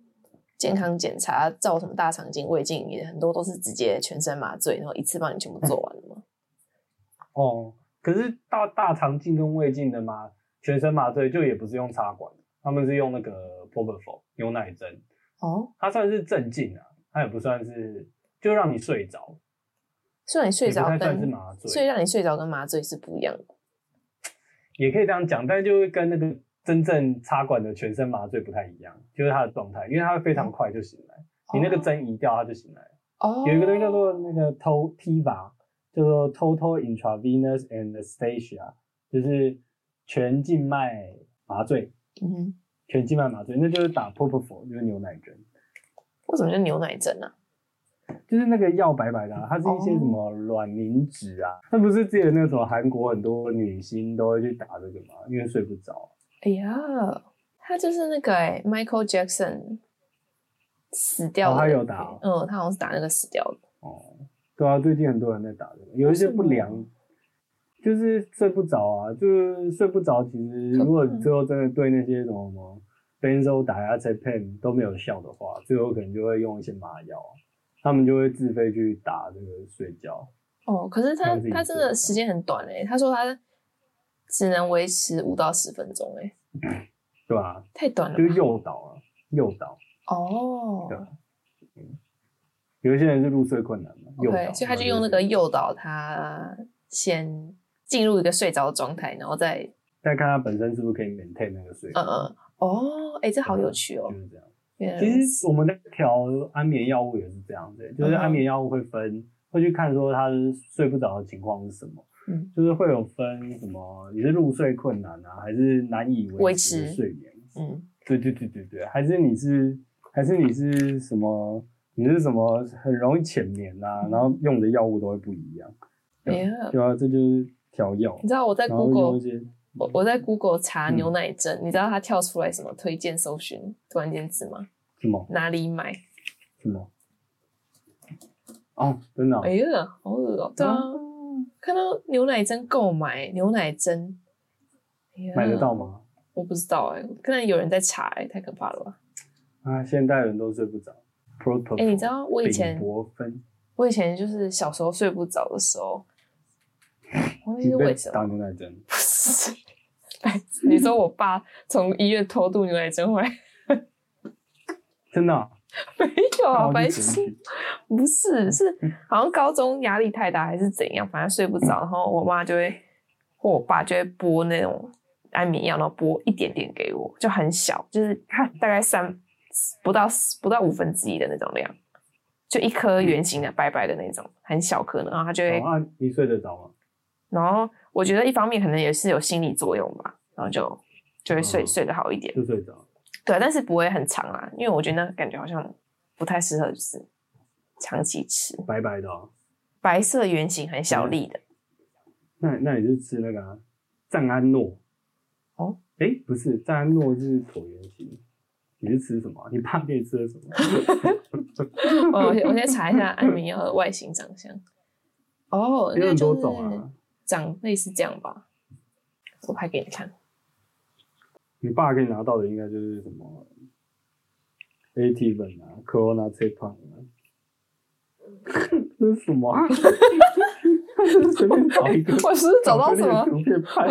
[SPEAKER 2] 健康检查、照什么大肠镜、胃镜，也很多都是直接全身麻醉，然后一次帮你全部做完了吗？
[SPEAKER 1] <laughs> 哦，可是大大肠镜跟胃镜的麻全身麻醉就也不是用插管，他们是用那个 p o p e r f o 牛奶针。
[SPEAKER 2] 哦，
[SPEAKER 1] 它算是镇静啊，它也不算是就让你睡着，
[SPEAKER 2] 虽然你睡
[SPEAKER 1] 也不
[SPEAKER 2] 着
[SPEAKER 1] 太算是
[SPEAKER 2] 跟
[SPEAKER 1] 麻
[SPEAKER 2] 所以
[SPEAKER 1] 醉，
[SPEAKER 2] 让你睡着跟麻醉是不一样的。
[SPEAKER 1] 也可以这样讲，但就会跟那个真正插管的全身麻醉不太一样，就是它的状态，因为它会非常快就醒来，你那个针一掉它就醒来。
[SPEAKER 2] 哦，
[SPEAKER 1] 有一个东西叫做那个 TO TIVA，叫做 Total Intravenous Anesthesia，就是全静脉麻醉，
[SPEAKER 2] 嗯哼，
[SPEAKER 1] 全静脉麻醉，那就是打 p o p o f o 就是牛奶针。
[SPEAKER 2] 为什么叫牛奶针啊？
[SPEAKER 1] 就就是那个药白白的、啊，它是一些
[SPEAKER 2] 哦
[SPEAKER 1] 什么卵磷脂啊。那不是之前那个什么韩国很多女星都会去打这个嘛，因为睡不着。
[SPEAKER 2] 哎呀，他就是那个、欸、Michael Jackson 死掉
[SPEAKER 1] 哦
[SPEAKER 2] 了、
[SPEAKER 1] 他有打哦
[SPEAKER 2] 嗯，他好像是打那个死掉的。
[SPEAKER 1] 哦，对啊，最近很多人在打这个，有一些不
[SPEAKER 2] 为什
[SPEAKER 1] 良，就是睡不着啊，就是睡不着。其实如果
[SPEAKER 2] 嗯
[SPEAKER 1] 你最后真的对那些什么什么 benzo 打压 z p a n 都没有效的话，最后可能就会用一些麻药啊，他们就会自费去打这个睡觉。
[SPEAKER 2] 哦，可是
[SPEAKER 1] 他
[SPEAKER 2] 他
[SPEAKER 1] 自己
[SPEAKER 2] 他真
[SPEAKER 1] 做的
[SPEAKER 2] 的时间很短哎、他说他只能维持五到十分钟哎、
[SPEAKER 1] 对吧、啊？
[SPEAKER 2] 太短了
[SPEAKER 1] 就是
[SPEAKER 2] 吧。
[SPEAKER 1] 诱导啊，诱导。
[SPEAKER 2] 哦
[SPEAKER 1] 对有一些人是入睡困难嘛，诱
[SPEAKER 2] ，OK，
[SPEAKER 1] 导。
[SPEAKER 2] 所以他就用那个诱导他先进入一个睡着的状态，然后再
[SPEAKER 1] 再看他本身是不是可以 maintain 那个睡眠
[SPEAKER 2] 嗯，嗯，哦，哎、这好有趣哦
[SPEAKER 1] 就。是这样。
[SPEAKER 2] 原来如
[SPEAKER 1] 其
[SPEAKER 2] 此
[SPEAKER 1] 实我们在调安眠药物也是这样的，就是
[SPEAKER 2] 嗯哼
[SPEAKER 1] 安眠药物会分，会去看说他睡不着的情况是什么，
[SPEAKER 2] 嗯，
[SPEAKER 1] 就是会有分什么，你是入睡困难啊，还是难以维
[SPEAKER 2] 维
[SPEAKER 1] 持的
[SPEAKER 2] 持
[SPEAKER 1] 睡眠？
[SPEAKER 2] 嗯，
[SPEAKER 1] 对对对对对，还是你是还是你是什么？你是什么很容易浅眠
[SPEAKER 2] 嗯
[SPEAKER 1] 啊？然后用的药物都会不一样，
[SPEAKER 2] 哎呀，
[SPEAKER 1] 对啊，这就是调药
[SPEAKER 2] 你，知道我在
[SPEAKER 1] 然后用
[SPEAKER 2] Google
[SPEAKER 1] 一些嗯
[SPEAKER 2] 我我在 Google 查牛奶针，你知道它跳出来什么推荐搜寻关键字吗？
[SPEAKER 1] 什么
[SPEAKER 2] 哪里买？
[SPEAKER 1] 什么？哦，真的、哦
[SPEAKER 2] 哎，呀，好恶哦、对啊，
[SPEAKER 1] 嗯
[SPEAKER 2] 看到牛奶针购买牛奶针，哎呀
[SPEAKER 1] 买得到？吗？
[SPEAKER 2] 我不知道哎、可能有人在查哎、太可怕了吧？
[SPEAKER 1] 啊，现代人都睡不着。Protocol，
[SPEAKER 2] 哎、你知道我以前
[SPEAKER 1] 丙泊酚，
[SPEAKER 2] 我以前就是小时候睡不着的时候，忘记
[SPEAKER 1] 你
[SPEAKER 2] 是
[SPEAKER 1] 被
[SPEAKER 2] 为什么
[SPEAKER 1] 打，牛奶针，
[SPEAKER 2] <laughs> 不是。白痴你说我爸从医院偷渡牛奶针回来， <laughs>
[SPEAKER 1] 真的啊、
[SPEAKER 2] 没有
[SPEAKER 1] 那
[SPEAKER 2] 啊，
[SPEAKER 1] 我
[SPEAKER 2] 白
[SPEAKER 1] 就检
[SPEAKER 2] 痴。
[SPEAKER 1] 举
[SPEAKER 2] 不是，是好像高中压力太大还是怎样，反正睡不着，然后我妈就会或我爸就会拨那种安眠药，然后拨一点点给我，就很小，就是大概三不到不到五分之一的那种量，就一颗圆形的白白的那种，很小颗的，然后它就会，
[SPEAKER 1] 哦啊，你睡得着吗？
[SPEAKER 2] 然后我觉得一方面可能也是有心理作用吧，然后就就会睡、
[SPEAKER 1] 嗯
[SPEAKER 2] 睡得好一点，
[SPEAKER 1] 就睡着了。
[SPEAKER 2] 对，啊但是不会很长啊，因为我觉得那感觉好像不太适合，就是长期吃。
[SPEAKER 1] 白白的、哦。
[SPEAKER 2] 白色圆形很小粒的，
[SPEAKER 1] 那那你是吃那个啊藏、安诺？
[SPEAKER 2] 哦，
[SPEAKER 1] 哎、不是，藏安诺是椭圆形。你是吃什么啊？你爸给你吃的什么？啊
[SPEAKER 2] <laughs> 哦，我先我先查一下安眠药的外形长相。哦，
[SPEAKER 1] 有
[SPEAKER 2] 那
[SPEAKER 1] 很
[SPEAKER 2] 就
[SPEAKER 1] 多种
[SPEAKER 2] 是
[SPEAKER 1] 啊。
[SPEAKER 2] 长类似这样吧。我拍给你看。
[SPEAKER 1] <laughs> 你爸可以拿到的应该就是什么 AT 粉啊，Corona C 胖啊，这是什么、啊？随便找一
[SPEAKER 2] <laughs>
[SPEAKER 1] 个，
[SPEAKER 2] 我是不是找到什
[SPEAKER 1] 找
[SPEAKER 2] 么
[SPEAKER 1] 这个？图片拍，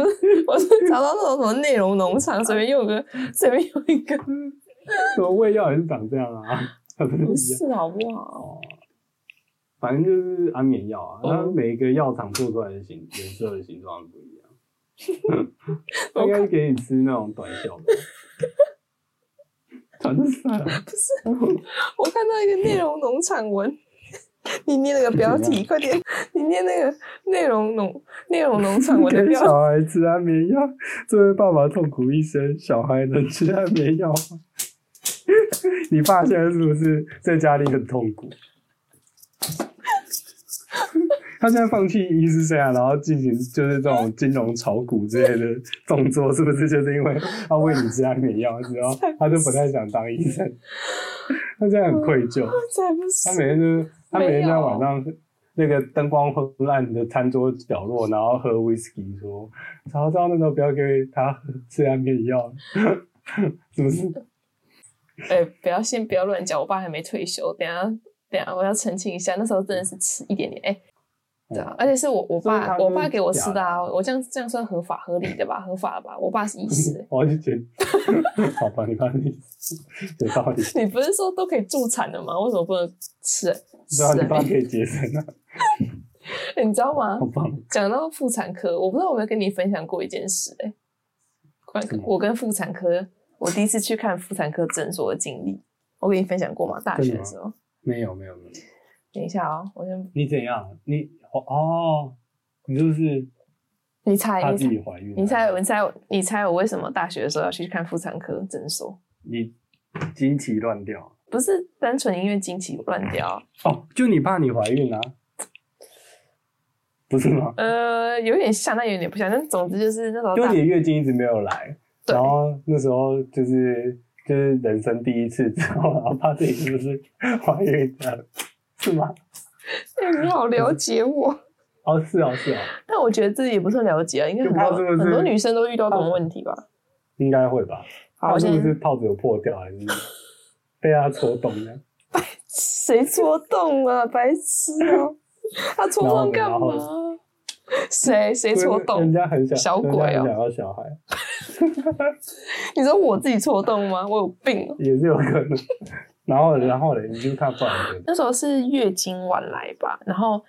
[SPEAKER 2] 我是不是找到那种什么内容农场，随便用个，随便用一个，
[SPEAKER 1] 什么胃药也是长这样啊，它不是
[SPEAKER 2] <laughs> 不
[SPEAKER 1] 一样
[SPEAKER 2] 是好不好？
[SPEAKER 1] 哦。反正就是安眠药啊，
[SPEAKER 2] 哦
[SPEAKER 1] 它每个药厂做出来的形颜色的形状不
[SPEAKER 2] <laughs>
[SPEAKER 1] 一样。它应该是给你吃那种短效
[SPEAKER 2] <laughs>
[SPEAKER 1] 的，啊短效。
[SPEAKER 2] 我看到一个内容农场文， <laughs> 你念那个标
[SPEAKER 1] 怎
[SPEAKER 2] 题，
[SPEAKER 1] 样
[SPEAKER 2] 快点， <laughs> 你念那个内容农内容农场文的
[SPEAKER 1] 给 <laughs>
[SPEAKER 2] 标题。
[SPEAKER 1] 小孩吃安眠药，这位爸爸痛苦一生，小孩能吃安眠药吗？ <laughs> 你爸现在是不是在家里很痛苦？ <laughs> 他现在放弃医师生涯，然后进行就是这种金融炒股之类的动作，是不是就是因为他喂你吃安眠药之后，他就不太想当医生， <laughs> 他现在很愧疚。
[SPEAKER 2] 才不
[SPEAKER 1] 他
[SPEAKER 2] 是！
[SPEAKER 1] 每天就是他每天
[SPEAKER 2] 没
[SPEAKER 1] 在
[SPEAKER 2] 有
[SPEAKER 1] 晚上那个灯光昏暗的餐桌角落，然后喝 whisky，说曹操那时候不要给他喝吃安眠药， <laughs> 是不是？
[SPEAKER 2] 哎、不要先不要乱讲，我爸还没退休，等一下等一下我要澄清一下，那时候真的是吃一点点，哎、
[SPEAKER 1] 嗯
[SPEAKER 2] 对啊，而且是我我
[SPEAKER 1] 所以他
[SPEAKER 2] 爸
[SPEAKER 1] 就是
[SPEAKER 2] 我爸给我吃的
[SPEAKER 1] 假
[SPEAKER 2] 啊，
[SPEAKER 1] 的，
[SPEAKER 2] 我这样这样算合法合理的吧？合法的吧？我爸是医师
[SPEAKER 1] <laughs> 我要去剪，好吧，你看你有道理，
[SPEAKER 2] 你不是说都可以助产的吗？为什么不能吃？吃 <laughs>
[SPEAKER 1] 对啊，你爸
[SPEAKER 2] 了
[SPEAKER 1] 可以节省啊， <laughs>
[SPEAKER 2] 没？你知道吗
[SPEAKER 1] 好？棒，
[SPEAKER 2] 讲到妇产科，我不知道有没有跟你分享过一件事、哎，关
[SPEAKER 1] 什么
[SPEAKER 2] 我跟妇产科，我第一次去看妇产科诊所的经历，我跟你分享过吗？大学的时候，
[SPEAKER 1] 没有没有没有，
[SPEAKER 2] 等一下哦，我先
[SPEAKER 1] 你怎样？你哦，你是不是
[SPEAKER 2] 你猜
[SPEAKER 1] 怕
[SPEAKER 2] 你
[SPEAKER 1] 自
[SPEAKER 2] 猜。
[SPEAKER 1] 己怀孕了？啊
[SPEAKER 2] 你猜，你猜，你猜我为什么大学的时候要去看妇产科诊所？
[SPEAKER 1] 你经期乱掉，
[SPEAKER 2] 不是单纯因为经期乱掉啊，
[SPEAKER 1] 哦，就你怕你怀孕啊？不是吗？
[SPEAKER 2] 呃，有点像，但有点不像。但总之就是那时候
[SPEAKER 1] 因为
[SPEAKER 2] 大
[SPEAKER 1] 你的月经一直没有来，
[SPEAKER 2] 对
[SPEAKER 1] 然后那时候就是就是人生第一次之后，然后怕自己是不是怀孕了，是吗？
[SPEAKER 2] 哎、你好了解我， <laughs>
[SPEAKER 1] 哦，是哦，是哦，
[SPEAKER 2] 但我觉得自己也不算了解啊，应该很
[SPEAKER 1] 就怕是不
[SPEAKER 2] 多
[SPEAKER 1] 是
[SPEAKER 2] 很多女生都遇到这种问题吧。
[SPEAKER 1] 应该会吧？
[SPEAKER 2] 好
[SPEAKER 1] 他是不
[SPEAKER 2] 先
[SPEAKER 1] 是泡子有破掉，
[SPEAKER 2] <laughs>
[SPEAKER 1] 还是被他戳洞呢？
[SPEAKER 2] 谁戳洞啊，白痴哦、他戳
[SPEAKER 1] 然后
[SPEAKER 2] 洞
[SPEAKER 1] 呢
[SPEAKER 2] 干
[SPEAKER 1] 然后
[SPEAKER 2] 嘛？谁谁戳
[SPEAKER 1] 人
[SPEAKER 2] 洞？
[SPEAKER 1] 家很想
[SPEAKER 2] 小鬼
[SPEAKER 1] 人家很
[SPEAKER 2] 哦
[SPEAKER 1] 想要小孩，
[SPEAKER 2] 你说我自己戳洞吗？我有病哦、
[SPEAKER 1] 也是有可能。然后，然后嘞，你就看不然的。
[SPEAKER 2] 那时候是月经晚来吧，然后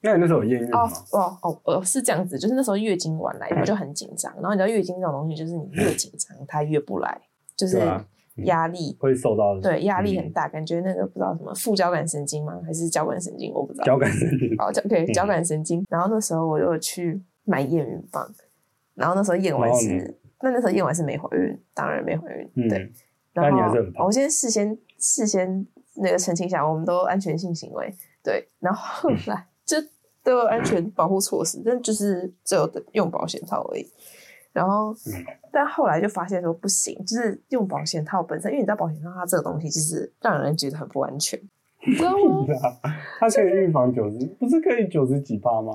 [SPEAKER 1] 那你那时候有艳遇吗
[SPEAKER 2] 哦？哦哦哦，是这样子，就是那时候月经晚来，我就很紧张。然后你知道月经这种东西，就是你越紧张，它越不来，就是
[SPEAKER 1] 对啊嗯
[SPEAKER 2] 压力，
[SPEAKER 1] 会受到
[SPEAKER 2] 对压力很大，感觉那个不知道什么副交感神经吗？还是交感神经？我不知道。
[SPEAKER 1] <laughs> 交感神经。
[SPEAKER 2] 哦，交对
[SPEAKER 1] 嗯
[SPEAKER 2] 交感神经。然后那时候我就去买验孕棒，然后那时候验完
[SPEAKER 1] 然后呢
[SPEAKER 2] 是，那那时候验完是没怀孕，当然没怀孕，对。
[SPEAKER 1] 哦嗯，
[SPEAKER 2] 然
[SPEAKER 1] 但
[SPEAKER 2] 后
[SPEAKER 1] 你还是很胖
[SPEAKER 2] 我先事先事先那个澄清一下，我们都安全性行为，对。然后后
[SPEAKER 1] 嗯
[SPEAKER 2] 来就都有安全保护措施，但就是只有用保险套而已。然后
[SPEAKER 1] 嗯，
[SPEAKER 2] 但后来就发现说不行，就是用保险套本身，因为你知道保险套它这个东西就是让人觉得很不
[SPEAKER 1] <laughs>
[SPEAKER 2] 安全，你知道吗？
[SPEAKER 1] 对啊， <laughs> 它可以预防九十，不是可以九十几趴吗？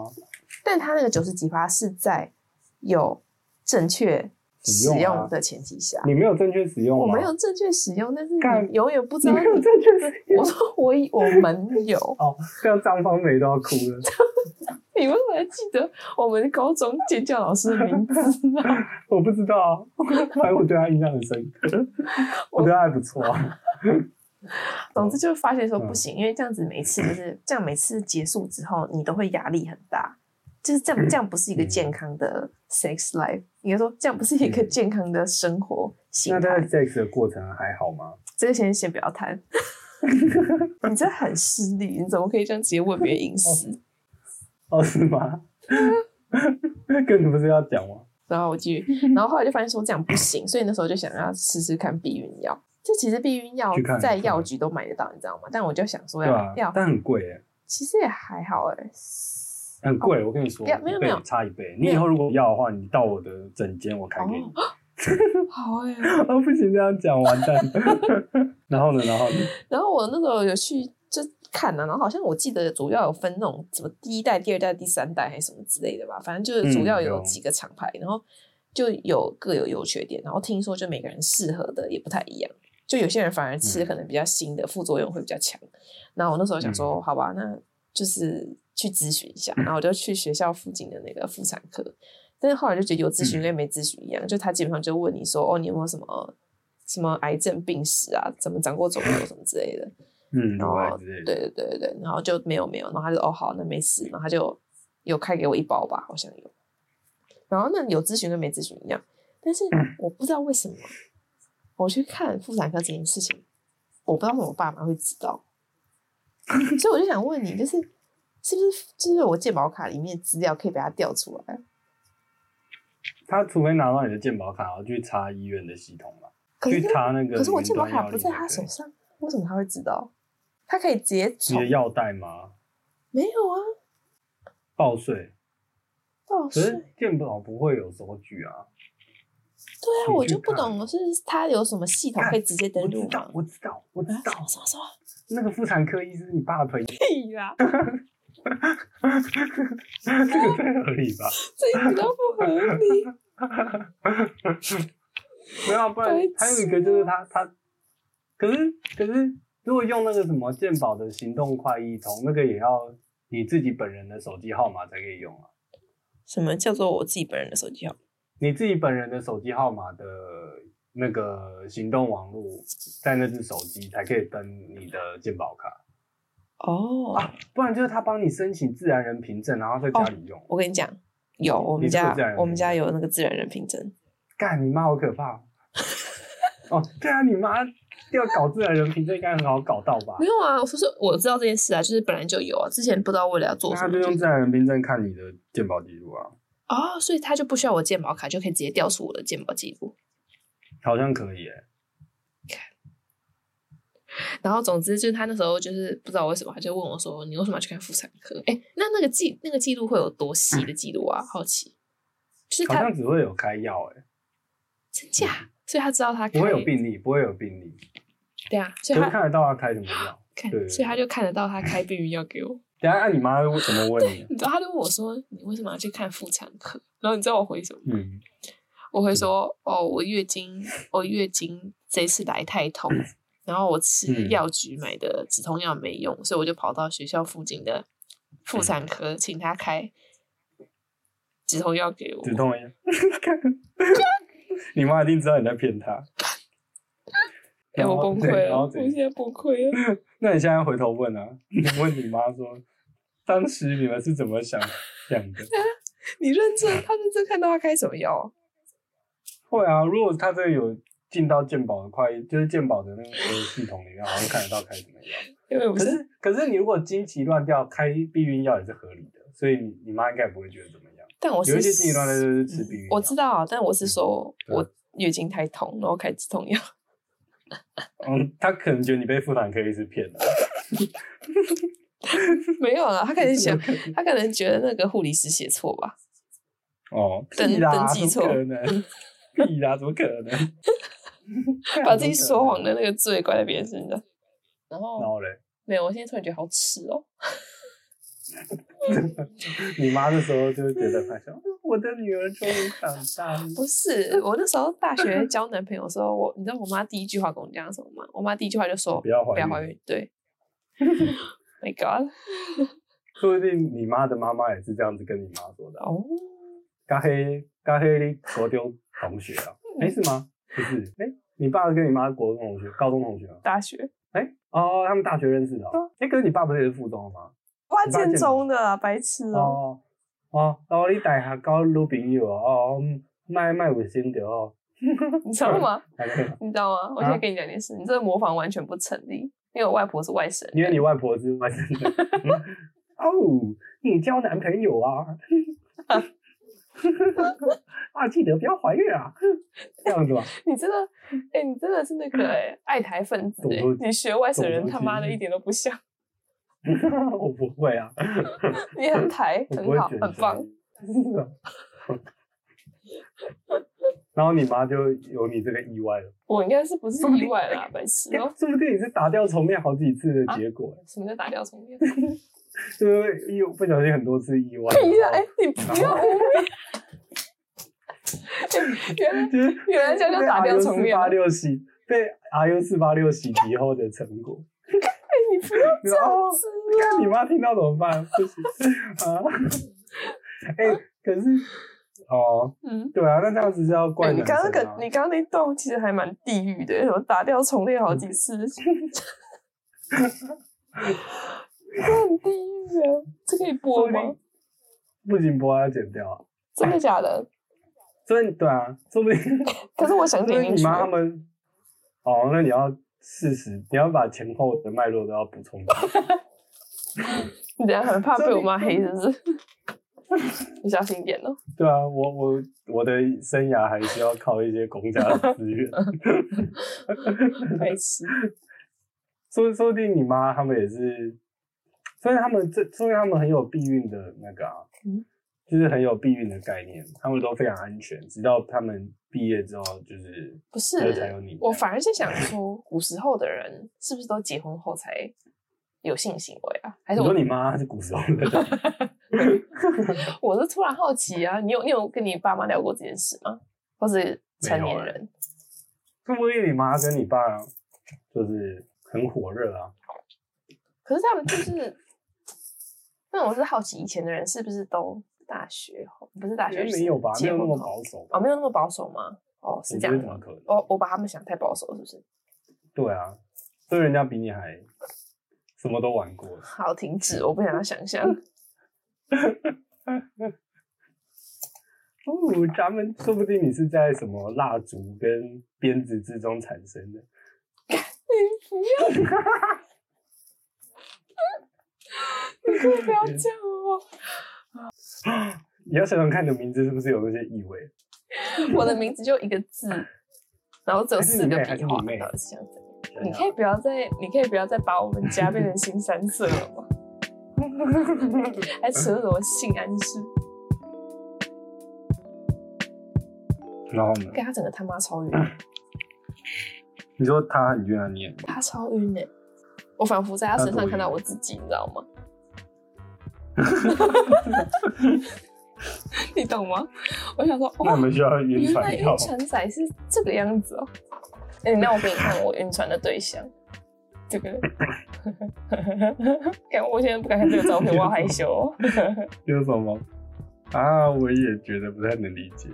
[SPEAKER 2] 但它那个九十几趴是在有正确
[SPEAKER 1] 使
[SPEAKER 2] 使
[SPEAKER 1] 用啊
[SPEAKER 2] 用的前提下，
[SPEAKER 1] 你没有正确使用吗？
[SPEAKER 2] 我没有，正确使用，但是
[SPEAKER 1] 干
[SPEAKER 2] 你永远不知
[SPEAKER 1] 你
[SPEAKER 2] 道
[SPEAKER 1] 没有
[SPEAKER 2] <laughs> 你。
[SPEAKER 1] 正确使
[SPEAKER 2] 我
[SPEAKER 1] 用。
[SPEAKER 2] 说我以我们有，
[SPEAKER 1] <laughs> 哦，这样张方梅都要哭了。
[SPEAKER 2] 你为什么还记得我们高中尖叫老师的名字啊？
[SPEAKER 1] 我不知道啊，反正我对他印象很
[SPEAKER 2] <laughs>
[SPEAKER 1] 深刻，我对他还不错啊。
[SPEAKER 2] 总之就发现
[SPEAKER 1] 嗯
[SPEAKER 2] 说不行，因为这样子每次就是这样，每次结束之后你都会压力很大，就是这
[SPEAKER 1] 嗯
[SPEAKER 2] 样，这样不是一个健康的 sex life，应该说这样不是一
[SPEAKER 1] 嗯
[SPEAKER 2] 个健康的生活
[SPEAKER 1] 那
[SPEAKER 2] 形
[SPEAKER 1] 在
[SPEAKER 2] 态。
[SPEAKER 1] sex 的过程还好吗？
[SPEAKER 2] 这个先先不要
[SPEAKER 1] <laughs>
[SPEAKER 2] 谈，你这很势利，你怎么可以这样直接问别人隐私？
[SPEAKER 1] 哦，是吗？跟你不是要讲吗？
[SPEAKER 2] 然后我继续，然后后来就发现说这样不行，所以那时候就想要试试看避孕药。这其实避孕药
[SPEAKER 1] 去看
[SPEAKER 2] 在
[SPEAKER 1] 去看
[SPEAKER 2] 药局都买得到，你知道吗？但我就想说
[SPEAKER 1] 对啊
[SPEAKER 2] 要、
[SPEAKER 1] 吧
[SPEAKER 2] 要？
[SPEAKER 1] 但很贵哎，
[SPEAKER 2] 其实也还好哎、 <laughs>
[SPEAKER 1] 很贵。我跟你说，
[SPEAKER 2] 要没有
[SPEAKER 1] 一倍
[SPEAKER 2] 没有
[SPEAKER 1] 差一倍。你以后如果要的话，你到我的整间，我开给你。
[SPEAKER 2] 好哎、
[SPEAKER 1] 啊， <laughs> 不行，这样讲完
[SPEAKER 2] <laughs>
[SPEAKER 1] 蛋。然后呢？然后呢？
[SPEAKER 2] 然后我那时候有去就看啊了、然后好像我记得主要有分那种什么第一代、第二代、第三代还是什么之类的吧，反正就是主要
[SPEAKER 1] 嗯有
[SPEAKER 2] 有几个厂牌，然后就有各有优缺点，然后听说就每个人适合的也不太一样，就有些人反而
[SPEAKER 1] 嗯
[SPEAKER 2] 吃可能比较新的，副作用会比较强。然后我那时候想说，
[SPEAKER 1] 嗯
[SPEAKER 2] 好吧，那就是去咨询一下，然后我就去学校附近的那个妇产科，但是后来就觉得有咨询跟没咨询一样，就他基本上就问你说，哦，你有没有什么什么癌症病史啊，怎么长过肿瘤什么之类的，
[SPEAKER 1] 嗯，
[SPEAKER 2] 然
[SPEAKER 1] 乳癌
[SPEAKER 2] 后
[SPEAKER 1] 之类
[SPEAKER 2] 哦对
[SPEAKER 1] 的。
[SPEAKER 2] 对对对对，然后就没有没有，然后他就哦好，那没事，然后他就有开给我一包吧，好像有，然后那有咨询跟没咨询一样，但是
[SPEAKER 1] 嗯
[SPEAKER 2] 我不知道为什么我去看妇产科这件事情，我不知道为什么我爸妈会知道， <laughs> 所以我就想问你，就是是不是就是我健保卡里面资料可以把它调出来？
[SPEAKER 1] 他除非拿到你的健保卡，然后去查医院的系统嘛，
[SPEAKER 2] 可
[SPEAKER 1] 去
[SPEAKER 2] 是
[SPEAKER 1] 查那个。
[SPEAKER 2] 可是我健保卡不在他手。上，为什么他会知道？他可以直接
[SPEAKER 1] 你
[SPEAKER 2] 从
[SPEAKER 1] 的药袋吗？
[SPEAKER 2] 没有啊，
[SPEAKER 1] 报税，
[SPEAKER 2] 报
[SPEAKER 1] 可
[SPEAKER 2] 税。
[SPEAKER 1] 是健保不会有收据啊。
[SPEAKER 2] 对啊，
[SPEAKER 1] 你
[SPEAKER 2] 我
[SPEAKER 1] 去
[SPEAKER 2] 就不
[SPEAKER 1] 看
[SPEAKER 2] 懂，是他有什么系统
[SPEAKER 1] 看
[SPEAKER 2] 可以直接登
[SPEAKER 1] 啊我
[SPEAKER 2] 录
[SPEAKER 1] 知
[SPEAKER 2] 吗
[SPEAKER 1] 道，？我知道，我知
[SPEAKER 2] 啊
[SPEAKER 1] 道，
[SPEAKER 2] 什么什么
[SPEAKER 1] 那个妇产科医师你爸的朋友， <laughs>
[SPEAKER 2] 屁啦，
[SPEAKER 1] 这个太合
[SPEAKER 2] <laughs>
[SPEAKER 1] 理吧？
[SPEAKER 2] 这一点都不合
[SPEAKER 1] <laughs>
[SPEAKER 2] 理。
[SPEAKER 1] 没有啊，不然
[SPEAKER 2] 白痴
[SPEAKER 1] 还有一个就是他
[SPEAKER 2] 啊
[SPEAKER 1] 他，可是可是如果用那个什么健保的行动快易通，那个也要你自己本人的手机号码才可以用啊。
[SPEAKER 2] 什么叫做我自己本人的手机号？
[SPEAKER 1] 你自己本人的手机号码的那个行动网络，在那只手机才可以登你的健保卡，
[SPEAKER 2] 哦，
[SPEAKER 1] 不然就是他帮你申请自然人凭证，然后在家里用。
[SPEAKER 2] 我跟你讲，有我们
[SPEAKER 1] 你是有
[SPEAKER 2] 家
[SPEAKER 1] 自然人
[SPEAKER 2] 我们家
[SPEAKER 1] 凭
[SPEAKER 2] 有那个自然人凭证，
[SPEAKER 1] 干你妈，好可怕！哦，对啊，你妈要搞自然人凭证，应该很好搞到吧
[SPEAKER 2] 没？有啊，我说是我知道这件事啊，就是本来就有啊，之前不知道为了要做
[SPEAKER 1] 那
[SPEAKER 2] 什
[SPEAKER 1] 他
[SPEAKER 2] 么
[SPEAKER 1] 就
[SPEAKER 2] 就
[SPEAKER 1] 用自然人凭证看你的健保记录啊，
[SPEAKER 2] 哦，所以他就不需要我健保卡，就可以直接调出我的健保记录。
[SPEAKER 1] 好像可以、欸。
[SPEAKER 2] 然后总之就是他那时候就是不知道为什么，他就问我说：“你为什么要去看妇产科？”哎，那那个记那个记录会有多细的记录啊？好奇，就是
[SPEAKER 1] 好
[SPEAKER 2] 他
[SPEAKER 1] 像只会有开药，哎，
[SPEAKER 2] 真假，所以他知道他
[SPEAKER 1] 不
[SPEAKER 2] 开
[SPEAKER 1] 会有病例，不会有病例，
[SPEAKER 2] 对啊，所
[SPEAKER 1] 就是
[SPEAKER 2] 以他
[SPEAKER 1] 看得到他开什么药。
[SPEAKER 2] 看
[SPEAKER 1] 对，
[SPEAKER 2] 所以他就看得到他开避孕药给我。
[SPEAKER 1] 等一下，那你妈会怎么问你？啊
[SPEAKER 2] 你知道他就问我说：“你为什么要去看妇产科？”然后你知道我回什么吗？
[SPEAKER 1] 嗯，
[SPEAKER 2] 我会说：“哦，我月经，我月经这次来太痛，然后我吃
[SPEAKER 1] 嗯
[SPEAKER 2] 药局买的止痛药没用，所以我就跑到学校附近的妇
[SPEAKER 1] 嗯
[SPEAKER 2] 产科，请他开止痛药给我。
[SPEAKER 1] 止痛
[SPEAKER 2] <laughs>
[SPEAKER 1] 药。你妈一定知道你在骗她。
[SPEAKER 2] <laughs> 哎，我
[SPEAKER 1] 然后
[SPEAKER 2] 崩
[SPEAKER 1] 哦对
[SPEAKER 2] 溃
[SPEAKER 1] 然
[SPEAKER 2] 了，
[SPEAKER 1] 后
[SPEAKER 2] 我
[SPEAKER 1] 怎
[SPEAKER 2] 现在崩溃了。
[SPEAKER 1] 那你现在回头问啊，你问你妈说，当时你们是怎么想想的？ <laughs>
[SPEAKER 2] 你认真，他认真看到他开什么药啊？
[SPEAKER 1] 会啊，如果他这个有进到鉴宝的快，就是鉴宝的那个系统里面，好像看得到开什么药。
[SPEAKER 2] 因为我
[SPEAKER 1] 可是可是你如果经期乱掉，开避孕药也是合理的，所以你你妈应该也不会觉得怎么样。
[SPEAKER 2] 但我是
[SPEAKER 1] 有一些经期乱掉就是吃避孕药，
[SPEAKER 2] 我知道啊，但我是说
[SPEAKER 1] 嗯对啊
[SPEAKER 2] 我月经太痛，然后开止痛药。 <laughs>
[SPEAKER 1] 嗯，他可能觉得你被妇产科医师骗
[SPEAKER 2] <laughs>
[SPEAKER 1] 了。
[SPEAKER 2] 没有啦，他
[SPEAKER 1] <laughs>
[SPEAKER 2] 可能想，他可能觉得那个护理师写错吧？ <laughs>
[SPEAKER 1] 哦，
[SPEAKER 2] 登
[SPEAKER 1] 屁啦，
[SPEAKER 2] 登
[SPEAKER 1] 怎
[SPEAKER 2] 记
[SPEAKER 1] 么
[SPEAKER 2] 错嗯
[SPEAKER 1] 可能？屁啦，怎么可能？
[SPEAKER 2] <laughs>
[SPEAKER 1] 啊 <laughs>
[SPEAKER 2] 把自己说谎的那个罪怪在别人身上。
[SPEAKER 1] 然
[SPEAKER 2] 然后
[SPEAKER 1] 后嘞，
[SPEAKER 2] 没有，我现在突然觉得好吃哦。
[SPEAKER 1] 你妈那时候就觉得她想，啊我的女儿终于长大了。
[SPEAKER 2] 嗯不是，我那时候大
[SPEAKER 1] <laughs>
[SPEAKER 2] 学交男朋友的时候，我你知道我妈第一句话跟我讲什么吗？我妈第一句话就说
[SPEAKER 1] 不要怀
[SPEAKER 2] 不要
[SPEAKER 1] 孕
[SPEAKER 2] 怀孕。对 Oh，My God， <laughs>
[SPEAKER 1] 说不定你妈的妈妈也是这样子跟你妈说的啊。
[SPEAKER 2] 哦，
[SPEAKER 1] 咖黑咖黑的国中同学啊，
[SPEAKER 2] 嗯
[SPEAKER 1] 没事吗？不是，哎、你爸跟你妈国中同学、高中同学啊？
[SPEAKER 2] 大学
[SPEAKER 1] 哎、哦，他们大学认识的啊、
[SPEAKER 2] 嗯
[SPEAKER 1] 哎、可是你爸不是也是附中的吗？
[SPEAKER 4] 哇，
[SPEAKER 1] 你爸
[SPEAKER 4] 建
[SPEAKER 1] 建
[SPEAKER 4] 中的啊白痴
[SPEAKER 2] 嗯
[SPEAKER 4] 哦，
[SPEAKER 1] 哦哦，哦，你大学交女朋友啊哦，卖卖卫生着哦，
[SPEAKER 2] 你知道吗？
[SPEAKER 1] 大概
[SPEAKER 2] 你知道吗？我现在
[SPEAKER 1] 啊
[SPEAKER 2] 跟你讲件事，你这个模仿完全不成立，因为我外婆是外省人， <laughs>
[SPEAKER 1] 因为你外婆是外省人。嗯哦，你交男朋友啊？ <laughs> 啊，记得不要怀孕啊，这样子吧。 <laughs>
[SPEAKER 2] 你真的，哎、你真的是那个、哎爱台分子、
[SPEAKER 1] 懂
[SPEAKER 2] 哎
[SPEAKER 1] 得
[SPEAKER 2] 你学外省人
[SPEAKER 1] 懂得
[SPEAKER 2] 他妈的
[SPEAKER 1] 去
[SPEAKER 2] 一点都不像， <laughs>
[SPEAKER 1] 我不会啊，
[SPEAKER 2] 你很台，
[SPEAKER 1] 我
[SPEAKER 2] 很
[SPEAKER 1] 不会
[SPEAKER 2] 好，
[SPEAKER 1] 卷
[SPEAKER 2] 很
[SPEAKER 1] 舌
[SPEAKER 2] 棒。。
[SPEAKER 1] 然后你妈就有你这个意外了，
[SPEAKER 2] 我应该是不是
[SPEAKER 1] 说不
[SPEAKER 2] 意
[SPEAKER 1] 定
[SPEAKER 2] 外啦，白痴哦、
[SPEAKER 1] 说不定你是打掉重练好几次
[SPEAKER 2] 啊
[SPEAKER 1] 的结果，
[SPEAKER 2] 什么叫打掉重练？
[SPEAKER 1] 就是又不小心很多次意
[SPEAKER 2] <laughs>
[SPEAKER 1] 外。
[SPEAKER 2] 屁呀！哎、你
[SPEAKER 1] 然后
[SPEAKER 2] 不要污蔑。原来
[SPEAKER 1] <laughs> 就是
[SPEAKER 2] 原来这叫打掉重
[SPEAKER 1] 四
[SPEAKER 2] 练
[SPEAKER 1] 八
[SPEAKER 2] 啊。
[SPEAKER 1] 六洗被 RU 四八六洗涤后的成果。
[SPEAKER 2] 哎、你不要这
[SPEAKER 1] 然后
[SPEAKER 2] 样子。
[SPEAKER 1] 看你妈听到怎么办？不行啊！哎、可是哦，
[SPEAKER 2] 嗯，
[SPEAKER 1] 对啊，那这样子是要
[SPEAKER 2] 哎
[SPEAKER 1] 怪
[SPEAKER 2] 你
[SPEAKER 1] 男生、
[SPEAKER 2] 刚
[SPEAKER 1] 啊
[SPEAKER 2] 刚那个，你刚刚那段其实还蛮地狱的，什么打掉重练好几次，这很地狱啊！这可以播
[SPEAKER 1] 说不
[SPEAKER 2] 吗
[SPEAKER 1] 定？不行，播要剪掉啊。
[SPEAKER 2] 真的假的？
[SPEAKER 1] 所以对啊，说
[SPEAKER 2] <laughs>
[SPEAKER 1] 不定
[SPEAKER 2] 可是我想
[SPEAKER 1] 说不
[SPEAKER 2] 点
[SPEAKER 1] 定
[SPEAKER 2] 进
[SPEAKER 1] 你
[SPEAKER 2] 去。
[SPEAKER 1] 妈他们哦，那你要事实，你要把前后的脉络都要补充进去。
[SPEAKER 2] 你等下很怕
[SPEAKER 1] 说
[SPEAKER 2] 被我
[SPEAKER 1] 明
[SPEAKER 2] 妈黑，是不是？你小心一点哦。
[SPEAKER 1] <laughs> 对啊，我我我的生涯还需要靠一些公家的资源。
[SPEAKER 2] 白痴，
[SPEAKER 1] 说说不定你妈他们也是，所以他们这，所以他们很有避孕的那个啊，
[SPEAKER 2] 嗯
[SPEAKER 1] 就是很有避孕的概念，他们都非常安全，直到他们毕业之后，就是
[SPEAKER 2] 不
[SPEAKER 1] 这才
[SPEAKER 2] 是
[SPEAKER 1] 有你，
[SPEAKER 2] 我反而是
[SPEAKER 1] <laughs>
[SPEAKER 2] 想说，古时候的人是不是都结婚后才有性行为啊？还
[SPEAKER 1] 你
[SPEAKER 2] 是我
[SPEAKER 1] 说你妈是古时候的，
[SPEAKER 2] 我是突然好奇啊，你有你有跟你爸妈聊过这件事吗？或是成
[SPEAKER 1] 没有
[SPEAKER 2] 年
[SPEAKER 1] 欸
[SPEAKER 2] 人？
[SPEAKER 1] <laughs> 说不定你妈跟你爸就是很火热啊，
[SPEAKER 2] 可是他们就是，但我是好奇，以前的人是不是都大学后不是大
[SPEAKER 1] 应
[SPEAKER 2] 学
[SPEAKER 1] 该
[SPEAKER 2] 就是
[SPEAKER 1] 没有吧？没
[SPEAKER 2] 结
[SPEAKER 1] 有那
[SPEAKER 2] 婚
[SPEAKER 1] 么
[SPEAKER 2] 后
[SPEAKER 1] 保守吧？
[SPEAKER 2] 哦，没有那么保守吗？哦，是
[SPEAKER 1] 我
[SPEAKER 2] 这
[SPEAKER 1] 觉得
[SPEAKER 2] 样
[SPEAKER 1] 怎么
[SPEAKER 2] 吗？
[SPEAKER 1] 可能？
[SPEAKER 2] 我我把他们想太保守了，是不是？
[SPEAKER 1] 对啊，所以人家比你还什么都玩过，
[SPEAKER 2] 好，停止，我不想要想象。
[SPEAKER 1] <laughs> 哦，咱们说不定你是在什么蜡烛跟鞭子之中产生的。
[SPEAKER 2] 你可以不要这样哦。
[SPEAKER 1] 你要想想看，你的名字是不是有那些意味？
[SPEAKER 2] <laughs> 我的名字就一个字，然后只有
[SPEAKER 1] 还是
[SPEAKER 2] 四
[SPEAKER 1] 你
[SPEAKER 2] 个
[SPEAKER 1] 妹还
[SPEAKER 2] 笔
[SPEAKER 1] 是你
[SPEAKER 2] 画，
[SPEAKER 1] 妹
[SPEAKER 2] 到底是这样子。
[SPEAKER 5] 对
[SPEAKER 2] 你
[SPEAKER 5] 啊
[SPEAKER 2] 可以不要再，你可以不要再把我们家变成新三色了吗？还扯什么性暗示？
[SPEAKER 1] 然后呢？
[SPEAKER 2] 给他整个他妈超晕，
[SPEAKER 1] 嗯你说他很冤啊，你也
[SPEAKER 2] 他超晕哎、我仿佛在他身
[SPEAKER 1] 他多
[SPEAKER 2] 上
[SPEAKER 1] 晕
[SPEAKER 2] 看到我自己，你知道
[SPEAKER 1] <laughs>
[SPEAKER 2] 吗？ <laughs> 你懂吗？我想说，
[SPEAKER 1] 那
[SPEAKER 2] 哦
[SPEAKER 1] 你，们需要晕
[SPEAKER 2] 原
[SPEAKER 1] 船
[SPEAKER 2] 来晕
[SPEAKER 1] 药？
[SPEAKER 2] 船仔是这个样子哦、哎、那我给你看我晕船的对象，这个， <laughs> 看我现在不敢看这个照片，我好害羞、哦。
[SPEAKER 1] 有什么？啊，我也觉得不太能理解，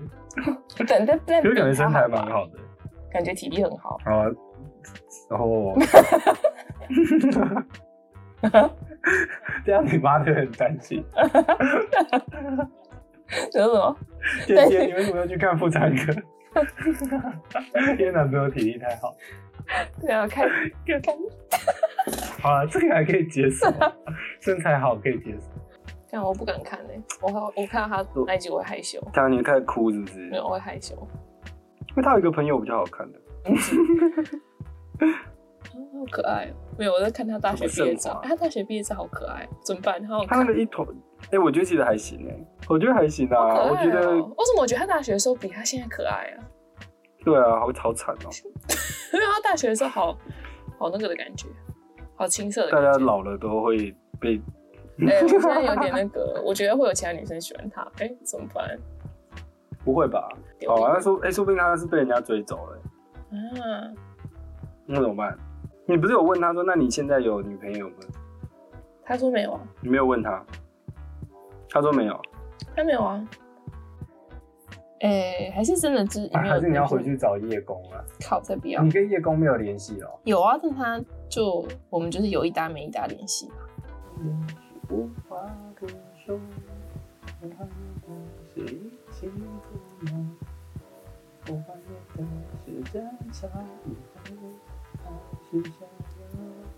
[SPEAKER 2] 但但
[SPEAKER 1] <laughs>
[SPEAKER 2] 但
[SPEAKER 1] 可是感觉
[SPEAKER 2] 比他
[SPEAKER 1] 身材
[SPEAKER 2] 好
[SPEAKER 1] 蛮
[SPEAKER 2] 吧，
[SPEAKER 1] 好的。
[SPEAKER 2] 感觉体力很好。
[SPEAKER 1] 好啊，然
[SPEAKER 2] <laughs>
[SPEAKER 1] 后， <laughs> 这样你妈就很担心。
[SPEAKER 2] 有什么？
[SPEAKER 1] 姐姐，你为什么要去看妇产科？因为男朋友体力太好。
[SPEAKER 2] 对啊，看看
[SPEAKER 1] 好了，这个还可以接受，啊身材好可以接受。
[SPEAKER 2] 看，我不敢看嘞、我我我看到他那一集我会害羞，
[SPEAKER 1] 他你太哭是不是？
[SPEAKER 2] 没有，我会害羞。
[SPEAKER 1] 因为他有一个朋友比较好看的，
[SPEAKER 2] 哦好可爱、哦！没有，我在看他大学毕业
[SPEAKER 1] 什么
[SPEAKER 2] 照
[SPEAKER 1] 圣，华
[SPEAKER 2] 哎他大学毕业照好可爱哦，怎么办？他好
[SPEAKER 1] 啊他
[SPEAKER 2] 看
[SPEAKER 1] 那个一头，哎、我觉得其实还行哎、我觉得还行
[SPEAKER 2] 好
[SPEAKER 1] 啊，
[SPEAKER 2] 可
[SPEAKER 1] 我觉
[SPEAKER 2] 爱哦、
[SPEAKER 1] 得
[SPEAKER 2] 为什么我觉得他大学的时候比他现在可爱啊？
[SPEAKER 1] 对啊，好好惨哦、
[SPEAKER 2] 因为他大学的时候好好那个的感觉，好青涩的
[SPEAKER 1] 大
[SPEAKER 2] 感
[SPEAKER 1] 家
[SPEAKER 2] 觉。
[SPEAKER 1] 老了都会被，
[SPEAKER 2] 哎、我现在有点那个，我觉得会有其他女生喜欢他，哎、怎么办？
[SPEAKER 1] 不会吧？
[SPEAKER 2] 丢
[SPEAKER 1] 好、
[SPEAKER 2] 脸
[SPEAKER 1] 啊，那说哎、说不定他是被人家追走了、
[SPEAKER 2] 啊！
[SPEAKER 1] 那怎么办？你不是有问他说，那你现在有女朋友吗？
[SPEAKER 2] 他说没有啊，
[SPEAKER 1] 你没有问他，他说没有，
[SPEAKER 2] 他没有啊。哎、还是真的就是
[SPEAKER 5] 啊
[SPEAKER 2] 没有、
[SPEAKER 5] 还是你要回去找叶公啊？
[SPEAKER 2] 靠，才不要
[SPEAKER 5] 你。跟叶公没有联系哦了？
[SPEAKER 2] 有啊，但他就我们就是有一搭没一搭联系。
[SPEAKER 1] 无法感受我还有的是幸福吗？我还有的是争吵与爱还是想要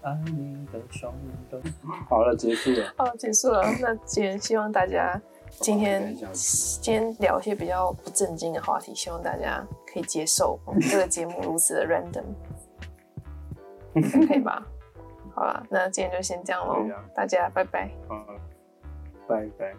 [SPEAKER 1] 爱你的冲动。好了，结束了。
[SPEAKER 2] 好，哦结束了。那今天希望大家今天
[SPEAKER 1] 等一
[SPEAKER 2] 今天聊一些比较不正经的话题，希望大家可以接
[SPEAKER 1] <laughs>
[SPEAKER 2] 受我们这个节目如此的 random，可以吧？好了，那今天就先这样喽
[SPEAKER 1] 可以啊，
[SPEAKER 2] 大家拜拜。
[SPEAKER 1] 好，拜拜。